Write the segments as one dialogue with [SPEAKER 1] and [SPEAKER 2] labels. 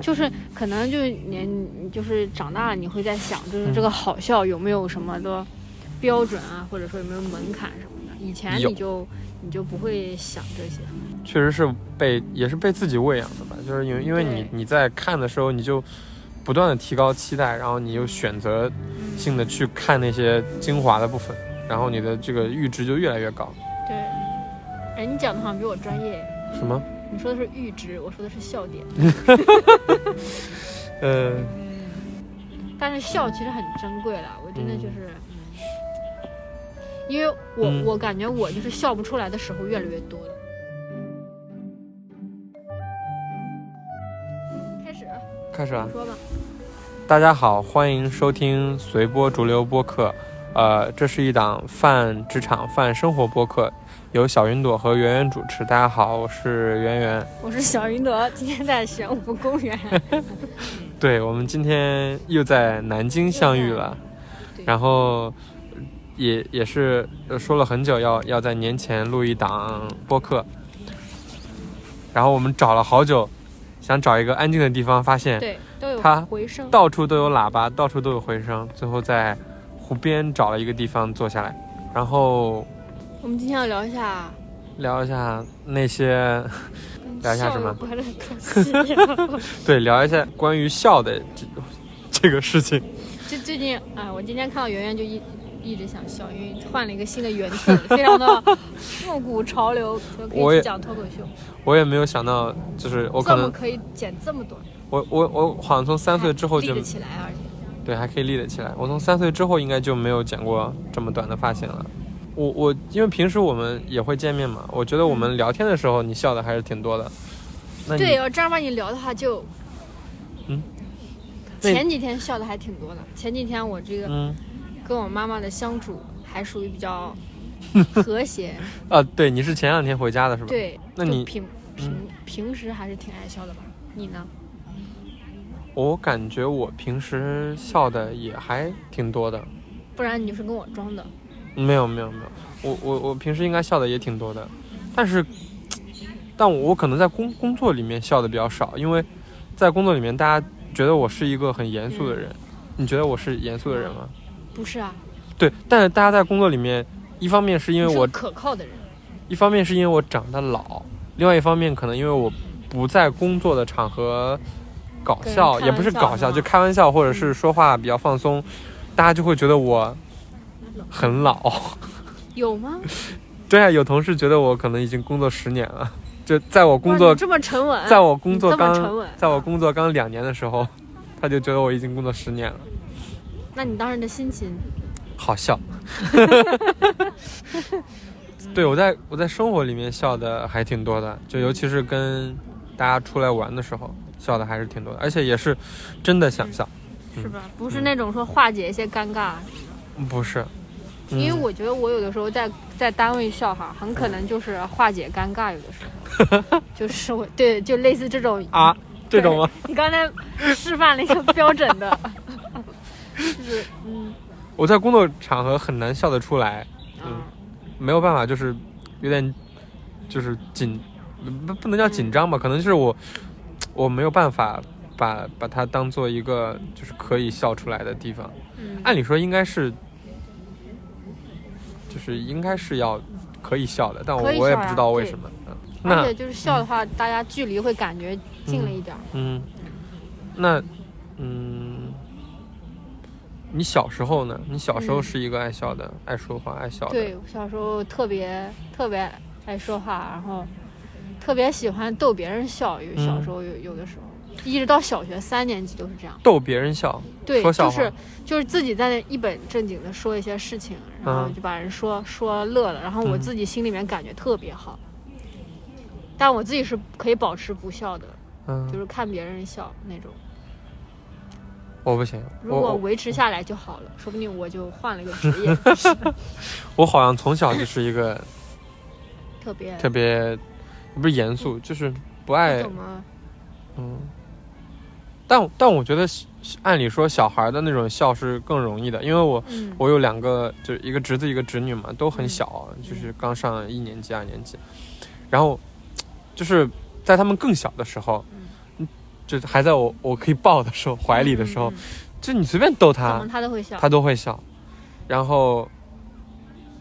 [SPEAKER 1] 就是可能就是你你就是长大了，你会在想，
[SPEAKER 2] 嗯
[SPEAKER 1] 就是这个好笑有没有什么的标准啊，或者说有没有门槛什么的。以前
[SPEAKER 2] 有
[SPEAKER 1] 你就你就不会想这些。
[SPEAKER 2] 确实是被也是被自己喂养的吧，就是因为因为你
[SPEAKER 1] 对
[SPEAKER 2] 你在看的时候，你就不断的提高期待，然后你又选择
[SPEAKER 1] 嗯，
[SPEAKER 2] 性的去看那些精华的部分，然后你的这个阈值就越来越高。
[SPEAKER 1] 对。哎，你讲的好像比我专业。
[SPEAKER 2] 什么？
[SPEAKER 1] 你说的是阈值，我说的是笑点。
[SPEAKER 2] 呃，
[SPEAKER 1] 但是笑其实很珍贵的，我真的
[SPEAKER 2] 嗯
[SPEAKER 1] 就是，嗯因为我、
[SPEAKER 2] 嗯
[SPEAKER 1] 我感觉我就是笑不出来的时候越来越多了。开始
[SPEAKER 2] 开始啊
[SPEAKER 1] 你。说吧，
[SPEAKER 2] 大家好，欢迎收听随波逐流播客。呃，这是一档泛职场、泛生活播客，由小云朵和圆圆主持。大家好，我是圆圆。
[SPEAKER 1] 我是小云朵，今天在玄武公 园。
[SPEAKER 2] 对，我们今天又在南京相遇了
[SPEAKER 1] 对，
[SPEAKER 2] 然后也也是呃说了很久要要在年前录一档播客，然后我们找了好久，想找一个安静的地方，发现
[SPEAKER 1] 对，都有
[SPEAKER 2] 他
[SPEAKER 1] 回声。
[SPEAKER 2] 到处都有喇叭，到处都有回声，最后在湖边找了一个地方坐下来，然后
[SPEAKER 1] 我们今天要聊一下
[SPEAKER 2] 聊一下那些
[SPEAKER 1] 跟
[SPEAKER 2] 聊一下
[SPEAKER 1] 笑
[SPEAKER 2] 什么
[SPEAKER 1] 有关的东西。
[SPEAKER 2] 对聊一下关于笑的这 这个事情。
[SPEAKER 1] 就最近啊、我今天看到圆圆就一一直想笑，因为换了一个新的圆字，非常的复古潮流，就
[SPEAKER 2] 我
[SPEAKER 1] 可以
[SPEAKER 2] 也
[SPEAKER 1] 去讲脱口秀。
[SPEAKER 2] 我也没有想到，就是我可
[SPEAKER 1] 这么
[SPEAKER 2] 能
[SPEAKER 1] 可以剪这么短，
[SPEAKER 2] 我我我好像从三岁之后
[SPEAKER 1] 立
[SPEAKER 2] 就
[SPEAKER 1] 得起来，而且
[SPEAKER 2] 对还可以立得起来，我从三岁之后应该就没有剪过这么短的发型了。我我因为平时我们也会见面嘛，我觉得我们聊天的时候你笑的还是挺多的。那
[SPEAKER 1] 嗯
[SPEAKER 2] 你
[SPEAKER 1] 对，哦要正儿八经聊的话就，
[SPEAKER 2] 嗯，那
[SPEAKER 1] 前几天笑的还挺多的。前几天我这个
[SPEAKER 2] 嗯
[SPEAKER 1] 跟我妈妈的相处还属于比 较和谐，
[SPEAKER 2] 啊，对，你是前两天回家的是吧？
[SPEAKER 1] 对，
[SPEAKER 2] 那
[SPEAKER 1] 就
[SPEAKER 2] 你嗯
[SPEAKER 1] 平平平时还是挺爱笑的吧？你呢？
[SPEAKER 2] 我感觉我平时笑的也还挺多的，
[SPEAKER 1] 不然你就是跟我装的，
[SPEAKER 2] 没有没有没有，我我我平时应该笑的也挺多的，但是，但我可能在工工作里面笑的比较少，因为在工作里面大家觉得我是一个很严肃的
[SPEAKER 1] 嗯
[SPEAKER 2] 人，你觉得我是严肃的人吗？
[SPEAKER 1] 不是啊？
[SPEAKER 2] 对，但是大家在工作里面，一方面是因
[SPEAKER 1] 你
[SPEAKER 2] 为
[SPEAKER 1] 是
[SPEAKER 2] 我
[SPEAKER 1] 个可靠的人，
[SPEAKER 2] 一方面是因为我长得老，另外一方面可能因为我不在工作的场合搞
[SPEAKER 1] 跟人开
[SPEAKER 2] 笑，
[SPEAKER 1] 玩
[SPEAKER 2] 也不是
[SPEAKER 1] 笑嗯
[SPEAKER 2] 搞
[SPEAKER 1] 是
[SPEAKER 2] 笑，
[SPEAKER 1] 吗
[SPEAKER 2] 就开玩笑或者是说话比较放松，大家就会觉得我很老。
[SPEAKER 1] 有吗？
[SPEAKER 2] 对啊，有同事觉得我可能已经工作十年了， 就在我工
[SPEAKER 1] 哇
[SPEAKER 2] 作
[SPEAKER 1] 你，这么沉稳，
[SPEAKER 2] 在我工作
[SPEAKER 1] 你这么
[SPEAKER 2] 刚
[SPEAKER 1] 沉稳，啊
[SPEAKER 2] 在我工作刚两年的时候，他就觉得我已经工作十年了，
[SPEAKER 1] 那你当时的心情？
[SPEAKER 2] 好笑。 对我在我在生活里面笑的还挺多的，就尤其是跟大家出来玩的时候，笑的还是挺多的，而且也是真的想笑，
[SPEAKER 1] 是吧？不是
[SPEAKER 2] 嗯
[SPEAKER 1] 那种说化解一些尴尬，
[SPEAKER 2] 不是，
[SPEAKER 1] 因为
[SPEAKER 2] 嗯
[SPEAKER 1] 我觉得我有的时候在在单位笑哈，很可能就是化解尴尬，有的时候 就是我对，就类似这种。
[SPEAKER 2] 啊这种吗？
[SPEAKER 1] 你刚才示范了一个标准的， 就是嗯
[SPEAKER 2] 我在工作场合很难笑得出来，嗯
[SPEAKER 1] 啊，
[SPEAKER 2] 没有办法，就是有点就是紧，不不能叫紧张吧，
[SPEAKER 1] 嗯
[SPEAKER 2] 可能就是我我没有办法把把它当做一个就是可以笑出来的地方。
[SPEAKER 1] 嗯
[SPEAKER 2] 按理说应该是就是应该是要可以笑的，但我
[SPEAKER 1] 可以笑呀啊
[SPEAKER 2] 我也不知道为什么。嗯
[SPEAKER 1] 而
[SPEAKER 2] 那
[SPEAKER 1] 且就是笑的话，大家距离会感觉近了一点儿。
[SPEAKER 2] 嗯，那嗯，你小时候呢？你小时候
[SPEAKER 1] 嗯
[SPEAKER 2] 是一个爱笑的、爱说话、爱笑的。
[SPEAKER 1] 对，我小时候特别特别爱说话，然后特别喜欢逗别人笑，有
[SPEAKER 2] 嗯
[SPEAKER 1] 小时候有有的时候，一直到小学三年级都是这样。
[SPEAKER 2] 逗别人笑，
[SPEAKER 1] 对，
[SPEAKER 2] 说笑
[SPEAKER 1] 就
[SPEAKER 2] 话
[SPEAKER 1] 是就是自己在那一本正经的说一些事情，然后
[SPEAKER 2] 嗯
[SPEAKER 1] 就把人说、说乐了，然后我
[SPEAKER 2] 嗯
[SPEAKER 1] 自己心里面感觉特别好，但我自己是可以保持不笑的，
[SPEAKER 2] 嗯，
[SPEAKER 1] 就是看别人笑那种。
[SPEAKER 2] 我不行，
[SPEAKER 1] 如
[SPEAKER 2] 我
[SPEAKER 1] 果
[SPEAKER 2] 我
[SPEAKER 1] 维持下来就好了，说不定我就换了个职 业，就是
[SPEAKER 2] 我好像从小就是一个
[SPEAKER 1] 特别
[SPEAKER 2] 特别，不是严肃，就是不
[SPEAKER 1] 不
[SPEAKER 2] 爱
[SPEAKER 1] 怎么
[SPEAKER 2] 嗯。但但我觉得，按理说小孩的那种笑是更容易的，因为我
[SPEAKER 1] 嗯
[SPEAKER 2] 我有两个，就是一个侄子一个侄女嘛，都很小，
[SPEAKER 1] 嗯
[SPEAKER 2] 就是刚上一年级、二年级。然后就是在他们更小的时候，就是还在我我可以抱的时候，怀里的时候，
[SPEAKER 1] 嗯嗯嗯
[SPEAKER 2] 就你随便逗
[SPEAKER 1] 嗯
[SPEAKER 2] 他
[SPEAKER 1] 怎么，他都会笑。
[SPEAKER 2] 他都会笑。然后，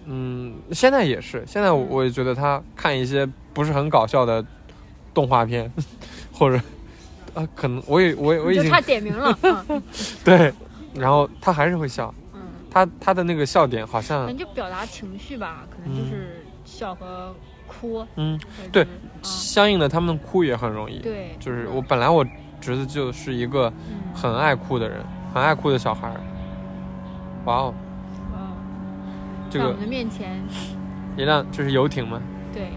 [SPEAKER 2] 嗯，现在也是，现在我
[SPEAKER 1] 嗯
[SPEAKER 2] 我也觉得他看一些不是很搞笑的动画片， 或者呃，可能我也我也我
[SPEAKER 1] 嗯
[SPEAKER 2] 已
[SPEAKER 1] 就
[SPEAKER 2] 经
[SPEAKER 1] 差点名 了，嗯
[SPEAKER 2] 对，然后他还是会笑，
[SPEAKER 1] 嗯，
[SPEAKER 2] 他他的那个笑点好
[SPEAKER 1] 可
[SPEAKER 2] 像
[SPEAKER 1] 能就表达情绪吧，可能就是笑和哭，
[SPEAKER 2] 嗯，
[SPEAKER 1] 或者是
[SPEAKER 2] 对
[SPEAKER 1] 啊
[SPEAKER 2] 相应的他们哭也很容易。
[SPEAKER 1] 对，
[SPEAKER 2] 就是
[SPEAKER 1] 嗯
[SPEAKER 2] 我本来我侄子就是一个
[SPEAKER 1] 嗯
[SPEAKER 2] 很爱哭的人，很爱哭的小孩儿。哇哦，
[SPEAKER 1] 哦
[SPEAKER 2] 这
[SPEAKER 1] 在我
[SPEAKER 2] 个
[SPEAKER 1] 们的面前，
[SPEAKER 2] 一辆就是游艇嘛，
[SPEAKER 1] 对，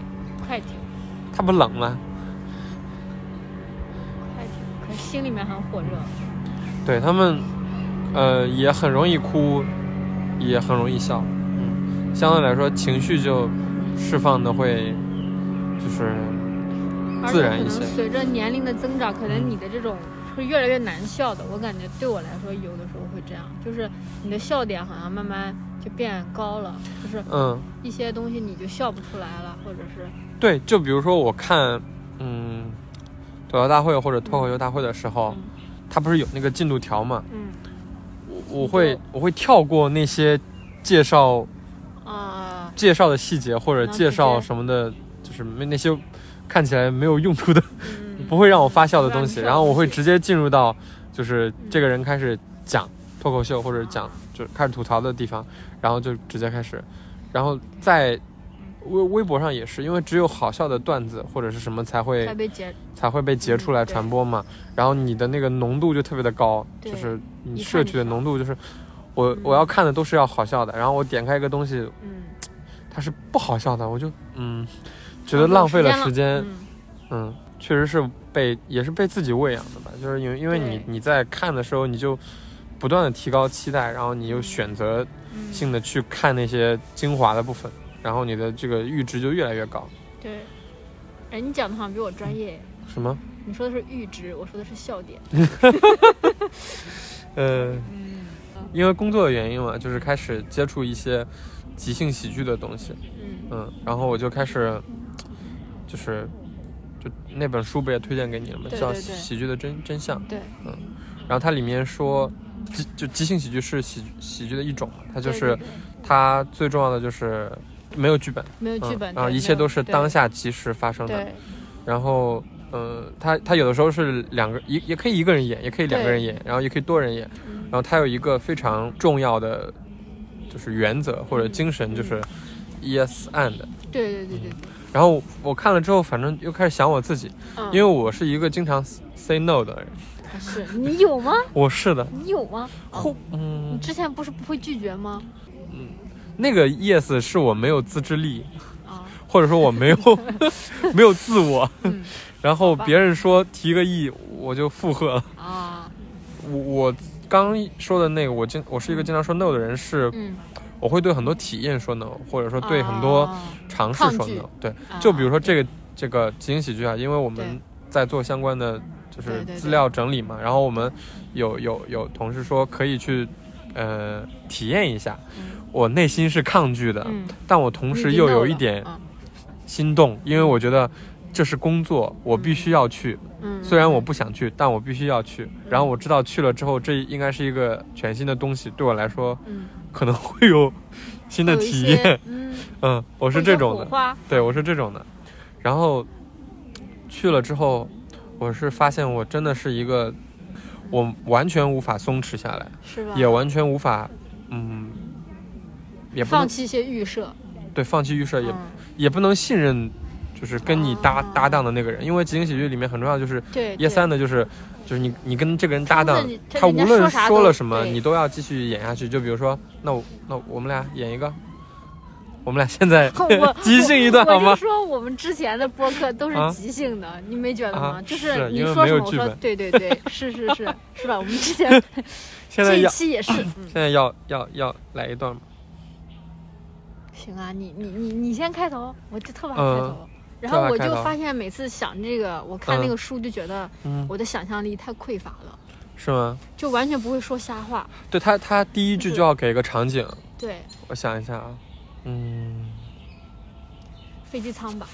[SPEAKER 1] 快艇，
[SPEAKER 2] 它不冷吗？
[SPEAKER 1] 快艇，可是心里面很火热，
[SPEAKER 2] 对他们，呃，也很容易哭，也很容易笑。嗯，相对来说情绪就释放的会，就是
[SPEAKER 1] 而
[SPEAKER 2] 自
[SPEAKER 1] 且
[SPEAKER 2] 然
[SPEAKER 1] 可
[SPEAKER 2] 一些
[SPEAKER 1] 能随着年龄的增长，可能
[SPEAKER 2] 嗯
[SPEAKER 1] 你的这种会越来越难笑的。我感觉对我来说，有的时候会这样，就是你的笑点好像慢慢就变高了，就是
[SPEAKER 2] 嗯，
[SPEAKER 1] 一些东西你就笑不出来了，或者是
[SPEAKER 2] 对，就比如说我看，嗯，吐槽大会或者脱口秀大会的时候，
[SPEAKER 1] 嗯
[SPEAKER 2] 它不是有那个进度条嘛？
[SPEAKER 1] 嗯
[SPEAKER 2] 我我
[SPEAKER 1] 你
[SPEAKER 2] 会
[SPEAKER 1] 就
[SPEAKER 2] 我会跳过那些介绍
[SPEAKER 1] 啊、
[SPEAKER 2] 介绍的细节或者
[SPEAKER 1] 然后
[SPEAKER 2] 介
[SPEAKER 1] 直
[SPEAKER 2] 绍
[SPEAKER 1] 接
[SPEAKER 2] 什么的，就是没那些看起来没有用处的
[SPEAKER 1] 嗯，
[SPEAKER 2] 不会让我发笑的东西，
[SPEAKER 1] 不让你笑的东西
[SPEAKER 2] 然后我会直接进入到
[SPEAKER 1] 嗯
[SPEAKER 2] 就是这个人开始讲脱口秀或者讲就是开始吐槽的地方，然后就直接开始，然后在微微博上也是，因为只有好笑的段子或者是什么才
[SPEAKER 1] 才
[SPEAKER 2] 会
[SPEAKER 1] 被截，
[SPEAKER 2] 才会被截出来传播嘛，然后你的那个浓度就特别的高，
[SPEAKER 1] 对
[SPEAKER 2] 就是你
[SPEAKER 1] 一看
[SPEAKER 2] 摄取的
[SPEAKER 1] 就
[SPEAKER 2] 浓度就是我
[SPEAKER 1] 嗯
[SPEAKER 2] 我要看的都是要好笑的，然后我点开一个东西
[SPEAKER 1] 嗯，
[SPEAKER 2] 它是不好笑的，我就嗯觉
[SPEAKER 1] 啊
[SPEAKER 2] 得
[SPEAKER 1] 没有
[SPEAKER 2] 浪费了
[SPEAKER 1] 时
[SPEAKER 2] 时
[SPEAKER 1] 间
[SPEAKER 2] 间
[SPEAKER 1] 了，。嗯
[SPEAKER 2] 嗯，确实是被也是被自己喂养的吧，就是因为因为你
[SPEAKER 1] 对
[SPEAKER 2] 你在看的时候，你就不断的提高期待，然后你又选择
[SPEAKER 1] 嗯，
[SPEAKER 2] 性的去看那些精华的部分，然后你的这个阈值就越来越高。
[SPEAKER 1] 对。哎，你讲的好像比我专业，
[SPEAKER 2] 什么？
[SPEAKER 1] 你说的是阈值，我说的是笑点。
[SPEAKER 2] 呃，
[SPEAKER 1] 嗯
[SPEAKER 2] 因为工作的原因嘛，就是开始接触一些即兴喜剧的东西，
[SPEAKER 1] 嗯
[SPEAKER 2] 嗯，然后我就开始就是就那本书不也推荐给你了吗？
[SPEAKER 1] 对
[SPEAKER 2] 叫《
[SPEAKER 1] 对对
[SPEAKER 2] 喜剧的真真相》。
[SPEAKER 1] 对，
[SPEAKER 2] 嗯然后它里面说，即就即兴喜剧是喜喜剧的一种嘛，它就
[SPEAKER 1] 对
[SPEAKER 2] 是
[SPEAKER 1] 对对
[SPEAKER 2] 它最重要的就是没有剧本，
[SPEAKER 1] 没有剧本
[SPEAKER 2] 嗯、啊，
[SPEAKER 1] 对
[SPEAKER 2] 一
[SPEAKER 1] 没
[SPEAKER 2] 切
[SPEAKER 1] 有
[SPEAKER 2] 都是
[SPEAKER 1] 对
[SPEAKER 2] 当下即时发生的。
[SPEAKER 1] 对
[SPEAKER 2] 然后，呃，它它有的时候是两个，也也可以一个人演，也可以两个人演，然后也可以多人演。
[SPEAKER 1] 嗯
[SPEAKER 2] 然后它有一个非常重要的，就是原则或者精神，就是
[SPEAKER 1] 嗯
[SPEAKER 2] yes and。
[SPEAKER 1] 对对对对对，
[SPEAKER 2] 然后我看了之后，反正又开始想我自己，
[SPEAKER 1] 嗯
[SPEAKER 2] 因为我是一个经常 say no 的人，
[SPEAKER 1] 是你有吗？
[SPEAKER 2] 我是的。
[SPEAKER 1] 你有吗？
[SPEAKER 2] 后嗯
[SPEAKER 1] 你，之前不是不会拒绝吗？
[SPEAKER 2] 那个 yes 是我没有自制力，
[SPEAKER 1] 啊，
[SPEAKER 2] 或者说我没有 没有自我，
[SPEAKER 1] 嗯
[SPEAKER 2] 然后
[SPEAKER 1] 吧
[SPEAKER 2] 别人说提个意，我就附和了。
[SPEAKER 1] 啊，
[SPEAKER 2] 我我刚说的那个，我经我是一个经常说 no 的人，是
[SPEAKER 1] 嗯，
[SPEAKER 2] 我会对很多体验说 no，或者说对很多
[SPEAKER 1] 啊
[SPEAKER 2] 尝试说
[SPEAKER 1] 抗拒
[SPEAKER 2] no。对，
[SPEAKER 1] 啊
[SPEAKER 2] 就比如说这个这个即兴喜剧啊，因为我们
[SPEAKER 1] 对
[SPEAKER 2] 在做相关的就是
[SPEAKER 1] 对对对
[SPEAKER 2] 资料整理嘛，然后我们有有有同事说可以去呃体验一下，
[SPEAKER 1] 嗯
[SPEAKER 2] 我内心是抗拒的，
[SPEAKER 1] 嗯，
[SPEAKER 2] 但我同时又有一点。
[SPEAKER 1] 嗯
[SPEAKER 2] 心动，因为我觉得这是工作，我必须要去。
[SPEAKER 1] 嗯，
[SPEAKER 2] 虽然我不想去，但我必须要去。然后我知道去了之后，这应该是一个全新的东西，对我来说
[SPEAKER 1] 嗯
[SPEAKER 2] 可能会有新的
[SPEAKER 1] 有一
[SPEAKER 2] 体
[SPEAKER 1] 些
[SPEAKER 2] 验。
[SPEAKER 1] 嗯，
[SPEAKER 2] 嗯，我
[SPEAKER 1] 我
[SPEAKER 2] 是这种的，
[SPEAKER 1] 花，
[SPEAKER 2] 对我是这种的。然后去了之后，我是发现我真的是一个，我完全无法松弛下来，
[SPEAKER 1] 是吧？
[SPEAKER 2] 也完全无法，嗯，也不
[SPEAKER 1] 放
[SPEAKER 2] 能
[SPEAKER 1] 弃一些预设，
[SPEAKER 2] 对放弃预设，也
[SPEAKER 1] 嗯
[SPEAKER 2] 也不能信任，就是跟你搭、
[SPEAKER 1] 哦
[SPEAKER 2] 搭档的那个人，因为即兴喜剧里面很重要的就是
[SPEAKER 1] 对
[SPEAKER 2] 一
[SPEAKER 1] 哎对
[SPEAKER 2] 三的就是就是你你跟这个人搭档
[SPEAKER 1] 他无论你，他
[SPEAKER 2] 他
[SPEAKER 1] 人家
[SPEAKER 2] 无论
[SPEAKER 1] 说啥
[SPEAKER 2] 说
[SPEAKER 1] 都
[SPEAKER 2] 了什么，
[SPEAKER 1] 对
[SPEAKER 2] 你都要继续演下去。就比如说，那我那我们俩演一个，我们俩现在
[SPEAKER 1] 我
[SPEAKER 2] 即兴一段 好
[SPEAKER 1] 我
[SPEAKER 2] 吗
[SPEAKER 1] 就？说我们之前的播客都
[SPEAKER 2] 啊
[SPEAKER 1] 是即兴的，你没觉得吗？
[SPEAKER 2] 啊
[SPEAKER 1] 就是你
[SPEAKER 2] 因为
[SPEAKER 1] 说
[SPEAKER 2] 没
[SPEAKER 1] 什
[SPEAKER 2] 有
[SPEAKER 1] 么，我
[SPEAKER 2] 剧
[SPEAKER 1] 说
[SPEAKER 2] 本
[SPEAKER 1] 对对对， 是是是是吧？我们之前
[SPEAKER 2] 现在
[SPEAKER 1] 这一
[SPEAKER 2] 要
[SPEAKER 1] 期也 是，嗯，
[SPEAKER 2] 现在要要要来一段吗？
[SPEAKER 1] 行啊，你你你你先开头，我就特怕开
[SPEAKER 2] 嗯
[SPEAKER 1] 头。然
[SPEAKER 2] 特
[SPEAKER 1] 后
[SPEAKER 2] 怕
[SPEAKER 1] 我
[SPEAKER 2] 开
[SPEAKER 1] 就
[SPEAKER 2] 头
[SPEAKER 1] 发现，每次想这个，我看那
[SPEAKER 2] 嗯
[SPEAKER 1] 个书就觉得
[SPEAKER 2] 嗯，
[SPEAKER 1] 我的想象力太匮乏了，
[SPEAKER 2] 是吗？
[SPEAKER 1] 就完全不会说瞎 话。
[SPEAKER 2] 对他他第一
[SPEAKER 1] 就
[SPEAKER 2] 句
[SPEAKER 1] 是
[SPEAKER 2] 就要给个场景，
[SPEAKER 1] 对，
[SPEAKER 2] 我想一下啊，嗯
[SPEAKER 1] 飞机舱吧，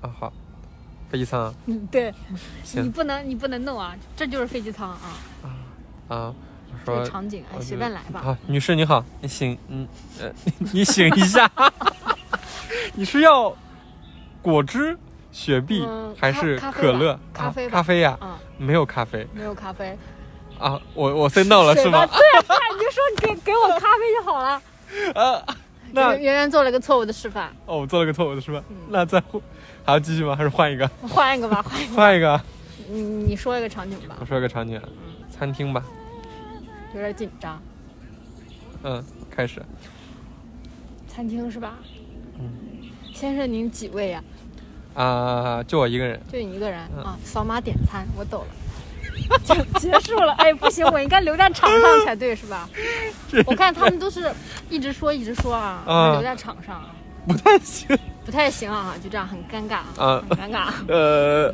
[SPEAKER 2] 啊好，飞机舱啊
[SPEAKER 1] 嗯，对，
[SPEAKER 2] 行
[SPEAKER 1] 你不能你不能弄啊，这就是飞机舱啊，
[SPEAKER 2] 啊，我
[SPEAKER 1] 这
[SPEAKER 2] 说
[SPEAKER 1] 个场景，哎，
[SPEAKER 2] 我
[SPEAKER 1] 随
[SPEAKER 2] 觉
[SPEAKER 1] 便
[SPEAKER 2] 得
[SPEAKER 1] 来吧。
[SPEAKER 2] 好，啊女士你好，你醒，嗯，呃，你醒一下， 你是要果汁、雪碧、
[SPEAKER 1] 嗯
[SPEAKER 2] 还
[SPEAKER 1] 咖
[SPEAKER 2] 是
[SPEAKER 1] 咖啡
[SPEAKER 2] 可
[SPEAKER 1] 吧
[SPEAKER 2] 乐？
[SPEAKER 1] 咖
[SPEAKER 2] 啊
[SPEAKER 1] 啡吧
[SPEAKER 2] 咖啡呀、
[SPEAKER 1] 啊，
[SPEAKER 2] 没有咖啡
[SPEAKER 1] 没有咖啡，
[SPEAKER 2] 啊，我我 say no 了
[SPEAKER 1] 水
[SPEAKER 2] 是
[SPEAKER 1] 吧
[SPEAKER 2] 吗？
[SPEAKER 1] 对，啊你就说你给给我咖啡就好了。
[SPEAKER 2] 啊， 那
[SPEAKER 1] 圆圆做了个错误的示范，
[SPEAKER 2] 哦，我做了个错误的是
[SPEAKER 1] 嗯
[SPEAKER 2] 吧？那再换还要继续吗？还是换一 个？
[SPEAKER 1] 换一个吧，换一个。
[SPEAKER 2] 换一个，
[SPEAKER 1] 你你说一个场景吧
[SPEAKER 2] 我，说一个场景，餐厅吧，
[SPEAKER 1] 有点紧张。
[SPEAKER 2] 嗯，开始，
[SPEAKER 1] 餐厅是吧？
[SPEAKER 2] 嗯。
[SPEAKER 1] 先生，您几位呀、
[SPEAKER 2] 啊，就我一个 人，
[SPEAKER 1] 就你一个人、
[SPEAKER 2] 嗯
[SPEAKER 1] 啊？扫码点餐，我 走了，就结束了。哎，不行，我应该留在场上才对，是 吧？我看他们都是一直说一直说啊，
[SPEAKER 2] 啊
[SPEAKER 1] 我留在场上啊
[SPEAKER 2] 不太行，
[SPEAKER 1] 不太行啊，就这样很尴尬
[SPEAKER 2] 啊
[SPEAKER 1] 很尴尬。
[SPEAKER 2] 呃，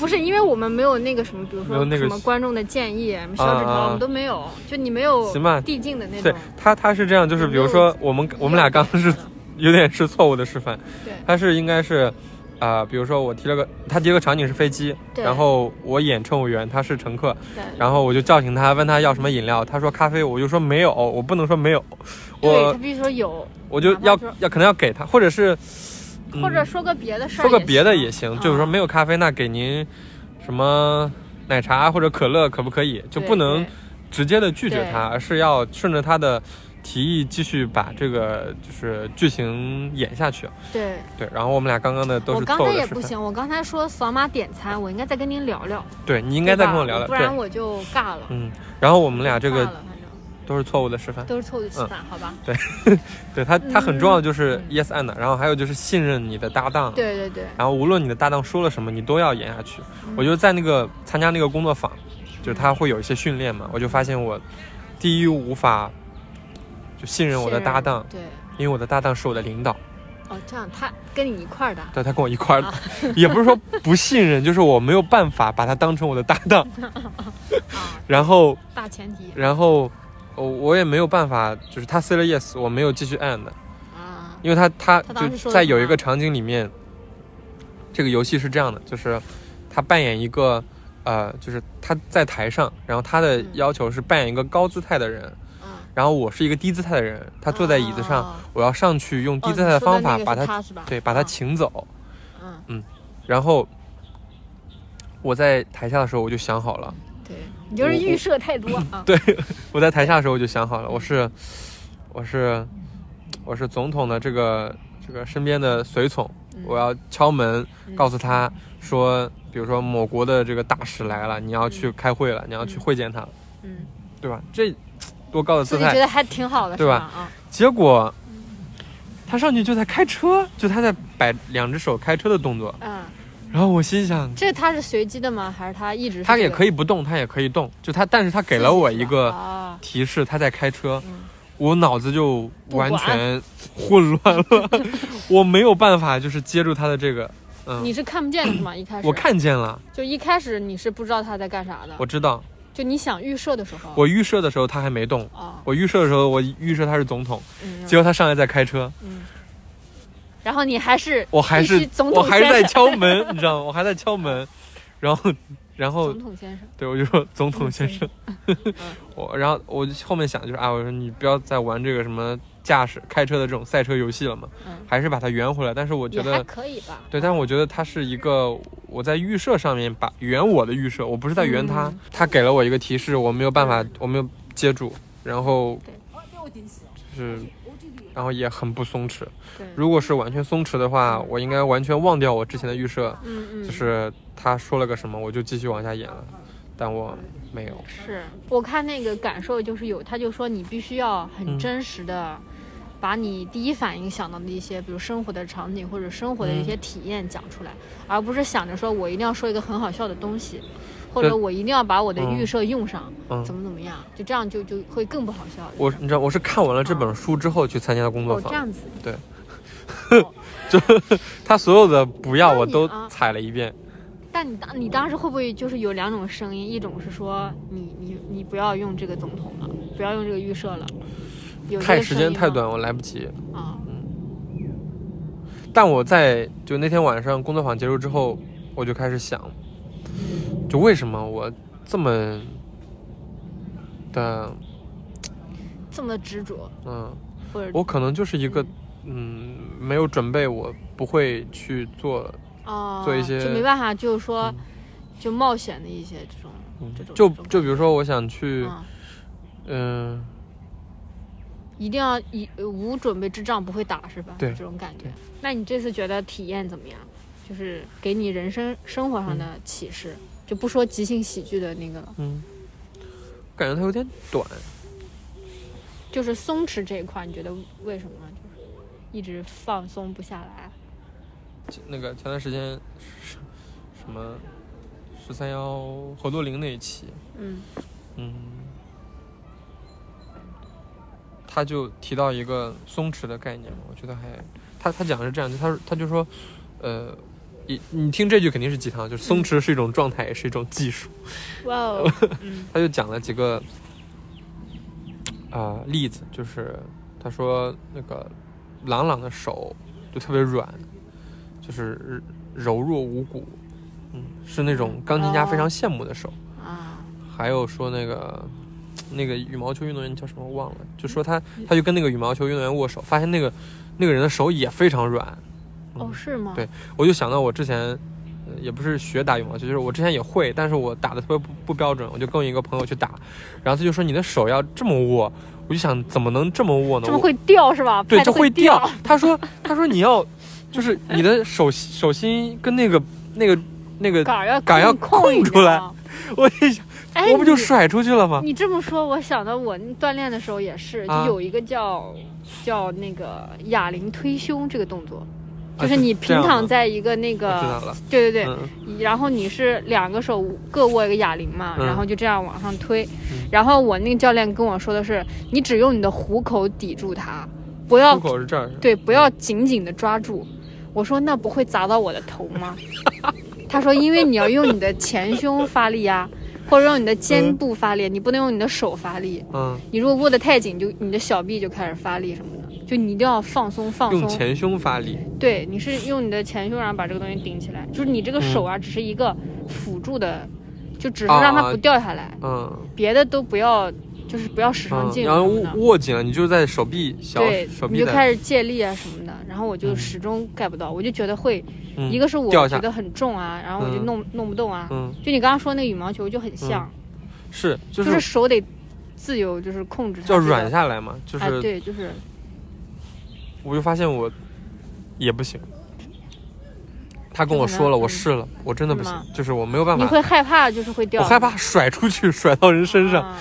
[SPEAKER 1] 不是因为我们没有那个什么，比如
[SPEAKER 2] 没有
[SPEAKER 1] 说
[SPEAKER 2] 那个
[SPEAKER 1] 什
[SPEAKER 2] 啊
[SPEAKER 1] 么观众的建议、什么小纸条，我们都没有，就你没有
[SPEAKER 2] 行吧
[SPEAKER 1] 递进的那
[SPEAKER 2] 对
[SPEAKER 1] 种。
[SPEAKER 2] 他他是这样，就是比如说我们我们俩刚 刚是有点是错误的示范，
[SPEAKER 1] 对
[SPEAKER 2] 他是应该是。啊、比如说我提了个，他提了个场景是飞机，
[SPEAKER 1] 对
[SPEAKER 2] 然后我演乘务员，他是乘客，
[SPEAKER 1] 对
[SPEAKER 2] 然后我就叫醒他，问他要什么饮料，他说咖啡，我就说没有，我不能说没有，
[SPEAKER 1] 对，他
[SPEAKER 2] 我
[SPEAKER 1] 必须说有，
[SPEAKER 2] 我就
[SPEAKER 1] 哪怕
[SPEAKER 2] 要
[SPEAKER 1] 说
[SPEAKER 2] 要可能要给他，或者是，嗯
[SPEAKER 1] 或者说个别的事儿，
[SPEAKER 2] 说个别的也行，就是说
[SPEAKER 1] 啊
[SPEAKER 2] 没有咖啡，那给您什么奶茶或者可乐可不可以？就不能直接的拒绝他，而是要顺着他的提议继续把这个就是剧情演下去。
[SPEAKER 1] 对。对
[SPEAKER 2] 对，然后我们俩刚刚的
[SPEAKER 1] 对
[SPEAKER 2] 都
[SPEAKER 1] 我
[SPEAKER 2] 是
[SPEAKER 1] 刚
[SPEAKER 2] 错
[SPEAKER 1] 才
[SPEAKER 2] 误
[SPEAKER 1] 也
[SPEAKER 2] 的
[SPEAKER 1] 不
[SPEAKER 2] 示范。
[SPEAKER 1] 行，我刚才说扫码点餐，我应该再跟您聊聊，
[SPEAKER 2] 对你应
[SPEAKER 1] 应
[SPEAKER 2] 该再跟我聊聊。
[SPEAKER 1] 不然
[SPEAKER 2] 对，
[SPEAKER 1] 我就尬了。
[SPEAKER 2] 嗯，然后我们俩这
[SPEAKER 1] 尬
[SPEAKER 2] 个嗯
[SPEAKER 1] 了反正
[SPEAKER 2] 都是错误的示范。
[SPEAKER 1] 都是错误的示范，好吧？
[SPEAKER 2] 对他，他很重要的就是
[SPEAKER 1] 嗯
[SPEAKER 2] yes and，然后还有就是信任你的搭档。。
[SPEAKER 1] 对嗯对对，
[SPEAKER 2] 然后无论你的搭档说了什么，你都要演下去。我就在那个参加那个工作坊，就是他会有一些训练嘛，我就发现我第一无法就信任我的搭档，
[SPEAKER 1] 对，
[SPEAKER 2] 因为我的搭档是我的领导，
[SPEAKER 1] 哦，这样他跟你一块儿的，
[SPEAKER 2] 对他跟我一块儿的，
[SPEAKER 1] 啊
[SPEAKER 2] 也不是说不信任，就是我没有办法把他当成我的搭档，
[SPEAKER 1] 啊，
[SPEAKER 2] 然后
[SPEAKER 1] 大前提
[SPEAKER 2] 然后。我我也没有办法，就是他 say 了 yes，我没有继续 and，
[SPEAKER 1] 啊，
[SPEAKER 2] 因为他他
[SPEAKER 1] 他当时
[SPEAKER 2] 就
[SPEAKER 1] 说
[SPEAKER 2] 在
[SPEAKER 1] 了什
[SPEAKER 2] 有一
[SPEAKER 1] 么
[SPEAKER 2] 个场景里面，这个游戏是这样的，就是他扮演一个呃，就是他在台上，然后他的
[SPEAKER 1] 嗯
[SPEAKER 2] 要求是扮演一个高姿态的人，
[SPEAKER 1] 嗯，
[SPEAKER 2] 然后我是一个低姿态的人，他坐在椅子上，
[SPEAKER 1] 哦
[SPEAKER 2] 我要上去用低
[SPEAKER 1] 哦
[SPEAKER 2] 姿态的方法
[SPEAKER 1] 你
[SPEAKER 2] 把
[SPEAKER 1] 说的那个
[SPEAKER 2] 他
[SPEAKER 1] 是他是吧？
[SPEAKER 2] 对把他
[SPEAKER 1] 啊
[SPEAKER 2] 请走，
[SPEAKER 1] 嗯，
[SPEAKER 2] 然后我在台下的时候我就想好了，
[SPEAKER 1] 对，你就是预设太多啊。
[SPEAKER 2] 对我在台下的时候我就想好了，我是我是我是总统的这个这个身边的随从。
[SPEAKER 1] 嗯
[SPEAKER 2] 我要敲门
[SPEAKER 1] 嗯
[SPEAKER 2] 告诉他说，比如说某国的这个大使来了，你要去开会了，你要去会见他，
[SPEAKER 1] 嗯，
[SPEAKER 2] 对吧？这多高的
[SPEAKER 1] 自
[SPEAKER 2] 姿
[SPEAKER 1] 己觉
[SPEAKER 2] 态！
[SPEAKER 1] 得还挺好的，
[SPEAKER 2] 对吧
[SPEAKER 1] 是啊，
[SPEAKER 2] 结果他上去就在开车，就他在摆两只手开车的动作。
[SPEAKER 1] 嗯，
[SPEAKER 2] 然后我心想，
[SPEAKER 1] 这他是随机的吗？还是他一直
[SPEAKER 2] 他也可
[SPEAKER 1] 以
[SPEAKER 2] 以不动，他也可以动，就他，但是他给了我一个
[SPEAKER 1] 啊，
[SPEAKER 2] 提示，他在开车
[SPEAKER 1] 嗯，
[SPEAKER 2] 我脑子就
[SPEAKER 1] 不管
[SPEAKER 2] 完全混乱了， 我没有办法就是接住他的这个，嗯
[SPEAKER 1] 你，是看不见的是吗？一开始
[SPEAKER 2] 我看见了，
[SPEAKER 1] 就一开始你是不知道他在干啥的
[SPEAKER 2] 我，知道，
[SPEAKER 1] 就你想预设的时候，
[SPEAKER 2] 我预设的时候他还没动。
[SPEAKER 1] 啊，
[SPEAKER 2] 我预设的时候，我预设他是总统，
[SPEAKER 1] 嗯
[SPEAKER 2] 结果他上来在开车，
[SPEAKER 1] 嗯，然后你还是
[SPEAKER 2] 我还
[SPEAKER 1] 必须
[SPEAKER 2] 是
[SPEAKER 1] 总
[SPEAKER 2] 我
[SPEAKER 1] 统
[SPEAKER 2] 还是在
[SPEAKER 1] 先生，
[SPEAKER 2] 敲门， 你知道吗？我还在敲门，然后然后
[SPEAKER 1] 总统先生，
[SPEAKER 2] 对我就说总统先生
[SPEAKER 1] 嗯，
[SPEAKER 2] 我然后我就后面想就是啊，我说你不要再玩这个什么驾驶开车的这种赛车游戏了嘛，
[SPEAKER 1] 嗯，
[SPEAKER 2] 还是把它圆回来。但是我觉
[SPEAKER 1] 也还
[SPEAKER 2] 得
[SPEAKER 1] 可以吧，
[SPEAKER 2] 对，但是我觉得他是一个我在预设上面把圆我的预设，我不是在圆他，
[SPEAKER 1] 嗯
[SPEAKER 2] 他给了我一个提示，我没有办法，我没有接住，然后就是然后也很不松弛。
[SPEAKER 1] 对，
[SPEAKER 2] 如果是完全松弛的话，我应该完全忘掉我之前的预设，
[SPEAKER 1] 嗯嗯，
[SPEAKER 2] 就是他说了个什么，我就继续往下演了，但我没有。
[SPEAKER 1] 是我看那个感受就是有，他就说你必须要很真实的，
[SPEAKER 2] 嗯
[SPEAKER 1] 把你第一反应想到的一些，比如生活的场景或者生活的一些
[SPEAKER 2] 嗯
[SPEAKER 1] 体验讲出来，而不是想着说我一定要说一个很好笑的东西，或者
[SPEAKER 2] 对
[SPEAKER 1] 我一定要把我的
[SPEAKER 2] 嗯
[SPEAKER 1] 预设用上，
[SPEAKER 2] 嗯
[SPEAKER 1] 怎么怎么样，就这样就就会更不好笑了。
[SPEAKER 2] 我你知道，我是看完了这本书之后去参加的工作
[SPEAKER 1] 哦这
[SPEAKER 2] 坊，
[SPEAKER 1] 样子，
[SPEAKER 2] 他所有的不要我都
[SPEAKER 1] 那你啊
[SPEAKER 2] 踩了一遍。
[SPEAKER 1] 但你当你当时会不会就是有两种声音，一种是说你你你不要用这个总统了，不要用这个预设了，有这
[SPEAKER 2] 太
[SPEAKER 1] 个
[SPEAKER 2] 时
[SPEAKER 1] 声
[SPEAKER 2] 间
[SPEAKER 1] 音
[SPEAKER 2] 太
[SPEAKER 1] 吗
[SPEAKER 2] 短，我来不及。
[SPEAKER 1] 啊，
[SPEAKER 2] 但我在就那天晚上工作坊结束之后，我我就开始想，就为什么我这么的，
[SPEAKER 1] 这么执着，
[SPEAKER 2] 嗯，
[SPEAKER 1] 或者
[SPEAKER 2] 我可能就是一个，嗯，没有准备，我不会去做，
[SPEAKER 1] 啊，
[SPEAKER 2] 做一些
[SPEAKER 1] 就没办法，就是说
[SPEAKER 2] 嗯，
[SPEAKER 1] 就冒险的一些这种
[SPEAKER 2] 嗯
[SPEAKER 1] 这种
[SPEAKER 2] 就
[SPEAKER 1] 这种
[SPEAKER 2] 就比如说我想去，
[SPEAKER 1] 嗯，
[SPEAKER 2] 嗯、
[SPEAKER 1] 一定要以呃无准备之仗不会打是吧？
[SPEAKER 2] 对
[SPEAKER 1] 这种感觉
[SPEAKER 2] 对。
[SPEAKER 1] 那你这次觉得体验怎么样？就是给你人生生活上的启示，就不说即兴喜剧的那个了，
[SPEAKER 2] 嗯，感觉它有点短，
[SPEAKER 1] 就是松弛这一块，你觉得为什么呢？就是一直放松不下来。
[SPEAKER 2] 前那个前段时间是什么十三幺何多林那一期，
[SPEAKER 1] 嗯
[SPEAKER 2] 嗯，他就提到一个松弛的概念嘛，我觉得还他他讲的是这样，就他他就说，呃。你你听这句肯定是鸡汤，就是松弛是一种状态，也是一种技术。
[SPEAKER 1] 哇 哦，嗯
[SPEAKER 2] 他就讲了几个啊、呃例子，就是他说那个朗朗的手就特别软，就是柔弱无骨，嗯，是那种钢琴家非常羡慕的手。
[SPEAKER 1] 啊，
[SPEAKER 2] 还有说那个那个羽毛球运动员叫什么我忘了，就说他他就跟那个羽毛球运动员握手，发现那个那个人的手也非常软。嗯
[SPEAKER 1] 哦是吗？
[SPEAKER 2] 对我就想到我之前，呃也不是学打羽毛球，就是我之前也会，但是我打的特别不不标准，我就跟我一个朋友去打，然后他就说你的手要这么握，我就想怎么能这么握呢？
[SPEAKER 1] 这么
[SPEAKER 2] 我
[SPEAKER 1] 会掉是吧？
[SPEAKER 2] 对，
[SPEAKER 1] 拍
[SPEAKER 2] 这
[SPEAKER 1] 得
[SPEAKER 2] 会
[SPEAKER 1] 掉。。
[SPEAKER 2] 他说他说 你要就是你的手手心跟那个那个那个，
[SPEAKER 1] 杆儿要
[SPEAKER 2] 杆儿要
[SPEAKER 1] 空
[SPEAKER 2] 空
[SPEAKER 1] 一
[SPEAKER 2] 出来
[SPEAKER 1] 点啊
[SPEAKER 2] 我一想
[SPEAKER 1] 哎，
[SPEAKER 2] 我不就
[SPEAKER 1] 你
[SPEAKER 2] 甩出去了吗？
[SPEAKER 1] 你这么说，我想到我锻炼的时候也是，就
[SPEAKER 2] 啊
[SPEAKER 1] 有一个叫、叫那个哑铃推胸这个动作，
[SPEAKER 2] 啊
[SPEAKER 1] 就是
[SPEAKER 2] 是
[SPEAKER 1] 你
[SPEAKER 2] 这
[SPEAKER 1] 平
[SPEAKER 2] 样
[SPEAKER 1] 躺
[SPEAKER 2] 吗
[SPEAKER 1] 在一个那
[SPEAKER 2] 我知道
[SPEAKER 1] 个，
[SPEAKER 2] 了，
[SPEAKER 1] 嗯对对对、
[SPEAKER 2] 嗯
[SPEAKER 1] 然后你是两个手各握一个哑铃嘛，
[SPEAKER 2] 嗯
[SPEAKER 1] 然后就这样往上推、
[SPEAKER 2] 嗯
[SPEAKER 1] 然后我那个教练跟我说的是，你只用你的虎口抵住它，不要
[SPEAKER 2] 出口是这儿，
[SPEAKER 1] 对，不要紧紧的抓住。我说那不会砸到我的头 吗？他说因为你要用你的前胸发力呀、或者用你的肩部发力，你不能用你的手发力。
[SPEAKER 2] 嗯，
[SPEAKER 1] 你如果握得太紧，就你的小臂就开始发力什么的，就你一定要放松放松。
[SPEAKER 2] 用前胸发力，
[SPEAKER 1] 对，你是用你的前胸，然后把这个东西顶起来，就是你这个手啊，只是一个辅助的，就只是让它
[SPEAKER 2] 嗯啊
[SPEAKER 1] 不掉下来，
[SPEAKER 2] 嗯，
[SPEAKER 1] 别的都不要，就是不要使上
[SPEAKER 2] 嗯
[SPEAKER 1] 劲什
[SPEAKER 2] 然后
[SPEAKER 1] 么的。
[SPEAKER 2] 握握紧了，你就在手臂小
[SPEAKER 1] 对
[SPEAKER 2] 手，
[SPEAKER 1] 你
[SPEAKER 2] 臂
[SPEAKER 1] 就
[SPEAKER 2] 的
[SPEAKER 1] 开始借力啊什么的，然后我就
[SPEAKER 2] 嗯
[SPEAKER 1] 始终 get 不到，我就觉得会，
[SPEAKER 2] 嗯
[SPEAKER 1] 一个是我
[SPEAKER 2] 掉下
[SPEAKER 1] 觉得很重啊，然后我就
[SPEAKER 2] 嗯
[SPEAKER 1] 弄弄不动啊。
[SPEAKER 2] 嗯
[SPEAKER 1] 就你刚刚说那羽毛球就很像，
[SPEAKER 2] 是就
[SPEAKER 1] 就是
[SPEAKER 2] 是
[SPEAKER 1] 手得自由，就是控制它。
[SPEAKER 2] 叫软下来嘛，就、
[SPEAKER 1] 就是哎，对，就是
[SPEAKER 2] 我就发现我也不行。他跟我说了，
[SPEAKER 1] 嗯
[SPEAKER 2] 我试了，我真的不
[SPEAKER 1] 是吗
[SPEAKER 2] 行，就是我没有办
[SPEAKER 1] 你
[SPEAKER 2] 法，
[SPEAKER 1] 会害怕，就是会掉。
[SPEAKER 2] 我害怕甩出去，甩到人身上。
[SPEAKER 1] 啊